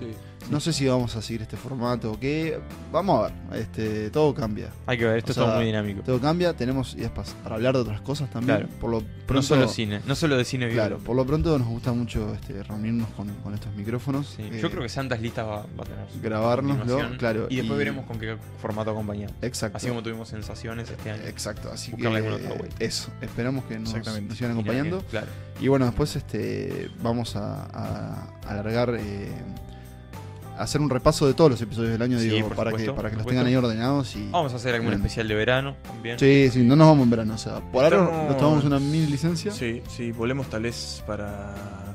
[SPEAKER 1] No sé si vamos a seguir este formato o qué. Vamos a ver, este, todo cambia.
[SPEAKER 2] Hay que ver,
[SPEAKER 1] O
[SPEAKER 2] esto es
[SPEAKER 1] sea,
[SPEAKER 2] todo muy dinámico.
[SPEAKER 1] Todo cambia, tenemos ideas pas- para hablar de otras cosas también.
[SPEAKER 2] Claro.
[SPEAKER 1] Por lo
[SPEAKER 2] no
[SPEAKER 1] pronto,
[SPEAKER 2] solo cine, no solo de cine
[SPEAKER 1] claro,
[SPEAKER 2] vivo.
[SPEAKER 1] por lo pronto nos gusta mucho este, reunirnos con, con estos micrófonos.
[SPEAKER 2] Sí,
[SPEAKER 1] eh,
[SPEAKER 2] Yo creo que Santas Listas va, va a tener. su
[SPEAKER 1] grabárnoslo,
[SPEAKER 2] continuación,
[SPEAKER 1] claro,
[SPEAKER 2] Y después
[SPEAKER 1] y-
[SPEAKER 2] veremos con qué formato acompañamos.
[SPEAKER 1] Exacto.
[SPEAKER 2] Así como tuvimos sensaciones este año.
[SPEAKER 1] Exacto, así que
[SPEAKER 2] Buscarle alguna otra vuelta.
[SPEAKER 1] eso, esperamos que nos,
[SPEAKER 3] Exactamente.
[SPEAKER 1] nos sigan
[SPEAKER 2] Y nada,
[SPEAKER 1] acompañando.
[SPEAKER 2] que- Claro.
[SPEAKER 1] Y bueno, después este vamos a, a- a alargar, eh, a hacer un repaso de todos los episodios del año,
[SPEAKER 2] Sí,
[SPEAKER 1] digo,
[SPEAKER 2] por
[SPEAKER 1] para,
[SPEAKER 2] supuesto,
[SPEAKER 1] que, para que
[SPEAKER 2] por
[SPEAKER 1] los
[SPEAKER 2] supuesto.
[SPEAKER 1] tengan
[SPEAKER 2] Oh,
[SPEAKER 1] ahí ordenados. Y,
[SPEAKER 2] Vamos a hacer algún
[SPEAKER 1] Bien.
[SPEAKER 2] especial de verano también.
[SPEAKER 1] Sí, sí, no nos vamos en verano, o sea, por ahora
[SPEAKER 3] Estamos-
[SPEAKER 1] nos tomamos una mini licencia.
[SPEAKER 3] Sí, sí, volvemos tal vez para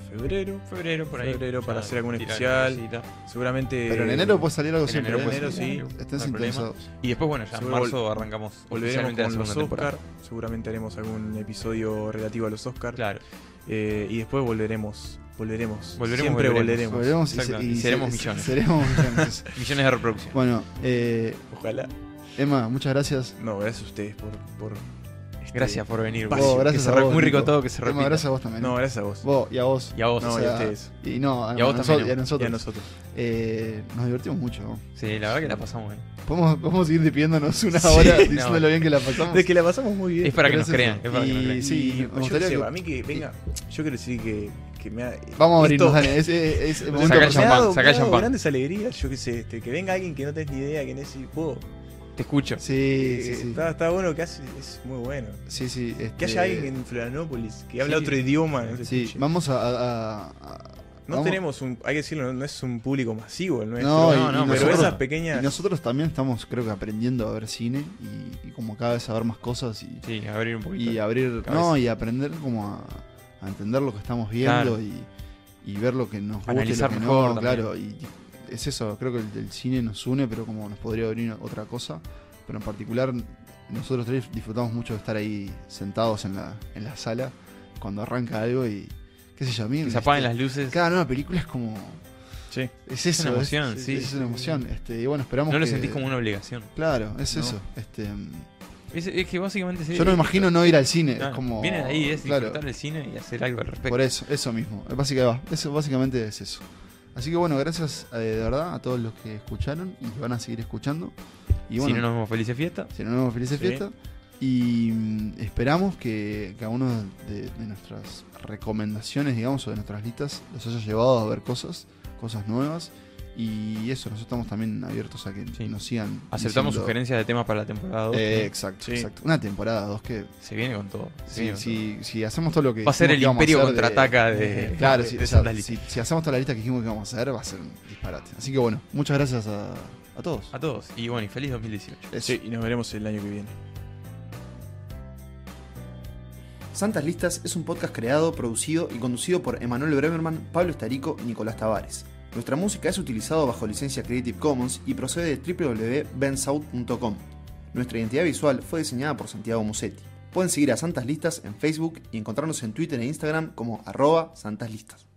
[SPEAKER 3] febrero.
[SPEAKER 2] Febrero por ahí.
[SPEAKER 3] Febrero para
[SPEAKER 2] Ya
[SPEAKER 3] hacer algún
[SPEAKER 2] tirar
[SPEAKER 3] especial.
[SPEAKER 2] una cosita.
[SPEAKER 3] Seguramente.
[SPEAKER 1] Pero en enero puede salir algo
[SPEAKER 2] en
[SPEAKER 1] siempre.
[SPEAKER 2] enero
[SPEAKER 1] ¿eh?
[SPEAKER 2] puede salir
[SPEAKER 1] Estén
[SPEAKER 2] algo, no hay
[SPEAKER 1] Estén sintonizados.
[SPEAKER 2] Y después, bueno, ya en
[SPEAKER 3] Seguro vol-
[SPEAKER 2] marzo arrancamos
[SPEAKER 3] Volveremos
[SPEAKER 2] oficialmente la
[SPEAKER 3] con
[SPEAKER 2] segunda
[SPEAKER 3] los
[SPEAKER 2] temporada.
[SPEAKER 3] Oscar. Seguramente haremos algún episodio relativo a los Oscar.
[SPEAKER 2] Claro.
[SPEAKER 3] Eh, y después volveremos. Volveremos.
[SPEAKER 2] Volveremos,
[SPEAKER 3] Siempre
[SPEAKER 2] volveremos.
[SPEAKER 3] volveremos.
[SPEAKER 1] Volveremos y, se-
[SPEAKER 2] Exactamente, y
[SPEAKER 1] se-
[SPEAKER 2] seremos
[SPEAKER 1] se-
[SPEAKER 2] millones.
[SPEAKER 1] seremos millones.
[SPEAKER 2] Millones de reproducciones.
[SPEAKER 1] bueno, eh,
[SPEAKER 3] Ojalá.
[SPEAKER 1] Emma, muchas gracias.
[SPEAKER 3] No, gracias a ustedes por. por este-
[SPEAKER 2] gracias por venir.
[SPEAKER 3] Vos,
[SPEAKER 2] boludo. Que
[SPEAKER 1] gracias
[SPEAKER 2] se
[SPEAKER 1] a
[SPEAKER 2] re-
[SPEAKER 1] vos,
[SPEAKER 2] Muy rico
[SPEAKER 1] Nico.
[SPEAKER 2] todo que se
[SPEAKER 1] Emma,
[SPEAKER 2] repita.
[SPEAKER 1] gracias a vos también.
[SPEAKER 3] No, gracias a vos.
[SPEAKER 1] Vos y a vos.
[SPEAKER 2] Y a vos.
[SPEAKER 3] No,
[SPEAKER 1] o
[SPEAKER 3] y a
[SPEAKER 1] sea,
[SPEAKER 3] ustedes.
[SPEAKER 1] Y no, a,
[SPEAKER 2] Y a vos
[SPEAKER 1] nosotros,
[SPEAKER 2] también,
[SPEAKER 1] y a
[SPEAKER 2] Emma.
[SPEAKER 1] nosotros.
[SPEAKER 3] Y a nosotros.
[SPEAKER 1] Eh, nos divertimos mucho. ¿no?
[SPEAKER 2] Sí, la verdad que la pasamos bien.
[SPEAKER 1] Podemos, podemos seguir despidiéndonos una
[SPEAKER 3] Sí,
[SPEAKER 1] hora
[SPEAKER 2] no.
[SPEAKER 1] diciendo lo bien que la pasamos.
[SPEAKER 3] De que la pasamos muy bien.
[SPEAKER 2] Es para que
[SPEAKER 1] Pero
[SPEAKER 2] nos
[SPEAKER 1] es
[SPEAKER 2] crean.
[SPEAKER 1] eso.
[SPEAKER 2] Es para que nos
[SPEAKER 1] Y-
[SPEAKER 2] crean.
[SPEAKER 1] sí, me
[SPEAKER 3] yo qué
[SPEAKER 1] gustaría
[SPEAKER 3] sé,
[SPEAKER 1] que-
[SPEAKER 3] a mí que venga. Yo quiero decir que, que me ha.
[SPEAKER 1] Vamos a
[SPEAKER 3] esto-
[SPEAKER 1] abrirnos, dale. Es, es- es momento
[SPEAKER 2] Saca
[SPEAKER 1] para
[SPEAKER 2] el
[SPEAKER 3] me ha
[SPEAKER 2] champán,
[SPEAKER 3] dado-
[SPEAKER 2] saca
[SPEAKER 3] me ha
[SPEAKER 2] el
[SPEAKER 3] dado
[SPEAKER 2] champán.
[SPEAKER 3] grandes alegrías, yo qué sé, este, que venga alguien que no tenés ni idea, que no es vos.
[SPEAKER 2] Te escucho.
[SPEAKER 1] Sí, sí,
[SPEAKER 3] eh,
[SPEAKER 1] sí.
[SPEAKER 3] Está, está bueno que hace, es muy bueno.
[SPEAKER 1] Sí, sí,
[SPEAKER 3] Que
[SPEAKER 1] este,
[SPEAKER 3] haya alguien en Florianópolis que habla
[SPEAKER 2] Sí.
[SPEAKER 3] otro idioma. No, se
[SPEAKER 1] Sí,
[SPEAKER 3] escuche.
[SPEAKER 1] vamos a. a- a- a-
[SPEAKER 3] No
[SPEAKER 1] vamos-
[SPEAKER 3] tenemos un, hay que decirlo, no, no es un público masivo el nuestro.
[SPEAKER 1] No,
[SPEAKER 2] y-
[SPEAKER 3] pero
[SPEAKER 2] y
[SPEAKER 1] nosotros-
[SPEAKER 3] esas
[SPEAKER 1] Y
[SPEAKER 3] pequeñas.
[SPEAKER 1] nosotros también estamos, creo que, aprendiendo a ver cine y, y como cada vez a ver más cosas y,
[SPEAKER 2] Sí, abrir un poquito.
[SPEAKER 1] y abrir.
[SPEAKER 2] cabeza.
[SPEAKER 1] No, y aprender como a, a entender lo que estamos viendo y, y ver lo que nos gusta y lo
[SPEAKER 2] Analizar
[SPEAKER 1] que
[SPEAKER 2] mejor
[SPEAKER 1] no,
[SPEAKER 2] también.
[SPEAKER 1] claro. Y es eso, creo que el, el cine nos une, pero como nos podría abrir otra cosa. Pero en particular, nosotros tres disfrutamos mucho de estar ahí sentados en la, en la sala cuando arranca algo y. ¿Qué sé yo? A mí.
[SPEAKER 2] Que se
[SPEAKER 1] este,
[SPEAKER 2] apaguen las luces.
[SPEAKER 1] Cada nueva película es como.
[SPEAKER 3] Sí.
[SPEAKER 1] Es eso.
[SPEAKER 2] una emoción, sí.
[SPEAKER 1] Es una emoción. Este, y bueno, esperamos
[SPEAKER 2] No lo
[SPEAKER 1] que-
[SPEAKER 2] sentís como una obligación.
[SPEAKER 1] Claro, es
[SPEAKER 3] No.
[SPEAKER 1] eso. Este,
[SPEAKER 2] Es, es que básicamente. sí,
[SPEAKER 1] yo no me imagino no ir al cine.
[SPEAKER 2] no,
[SPEAKER 1] es como.
[SPEAKER 2] Viene de ahí, es
[SPEAKER 1] claro,
[SPEAKER 2] disfrutar del cine y hacer algo al respecto.
[SPEAKER 1] Por eso, eso mismo. Eh, Básicamente, va, eso, básicamente es eso. Así que bueno, gracias eh, de verdad a todos los que escucharon y que van a seguir escuchando. Y bueno,
[SPEAKER 2] Si no nos vemos felices fiestas.
[SPEAKER 1] nos vemos felices
[SPEAKER 3] Sí.
[SPEAKER 1] fiestas. Y mm, esperamos que cada uno de, de nuestras recomendaciones, digamos, o de nuestras listas, los haya llevado a ver cosas, cosas nuevas. Y eso, nosotros estamos también abiertos a que
[SPEAKER 2] Sí.
[SPEAKER 1] nos sigan.
[SPEAKER 2] Aceptamos
[SPEAKER 1] diciendo-
[SPEAKER 2] sugerencias de temas para la temporada 2.
[SPEAKER 1] Eh, exacto,
[SPEAKER 3] Sí.
[SPEAKER 1] exacto. Una temporada dos que
[SPEAKER 2] se viene con todo. se
[SPEAKER 1] si,
[SPEAKER 2] viene con todo.
[SPEAKER 1] si, si hacemos todo lo que
[SPEAKER 2] Va a ser
[SPEAKER 1] dijimos
[SPEAKER 2] el
[SPEAKER 1] que íbamos a
[SPEAKER 2] imperio
[SPEAKER 1] hacer de-
[SPEAKER 2] contraataca de.
[SPEAKER 1] Eh, Claro,
[SPEAKER 2] de-
[SPEAKER 1] si,
[SPEAKER 2] de
[SPEAKER 1] o sea,
[SPEAKER 2] Sandali.
[SPEAKER 1] si- si hacemos toda la lista que dijimos que vamos a hacer, va a ser un disparate. Así que bueno, muchas gracias a, a todos.
[SPEAKER 2] A todos. Y bueno, y feliz 2018.
[SPEAKER 1] Eso.
[SPEAKER 3] Sí, y nos veremos el año que viene.
[SPEAKER 4] Santas Listas es un podcast creado, producido y conducido por Emanuel Bremerman, Pablo Estarico y Nicolás Tavares. Nuestra música es utilizada bajo licencia Creative Commons y procede de www.bensout.com. Nuestra identidad visual fue diseñada por Santiago Musetti. Pueden seguir a Santas Listas en Facebook y encontrarnos en Twitter e Instagram como arroba Santas Listas.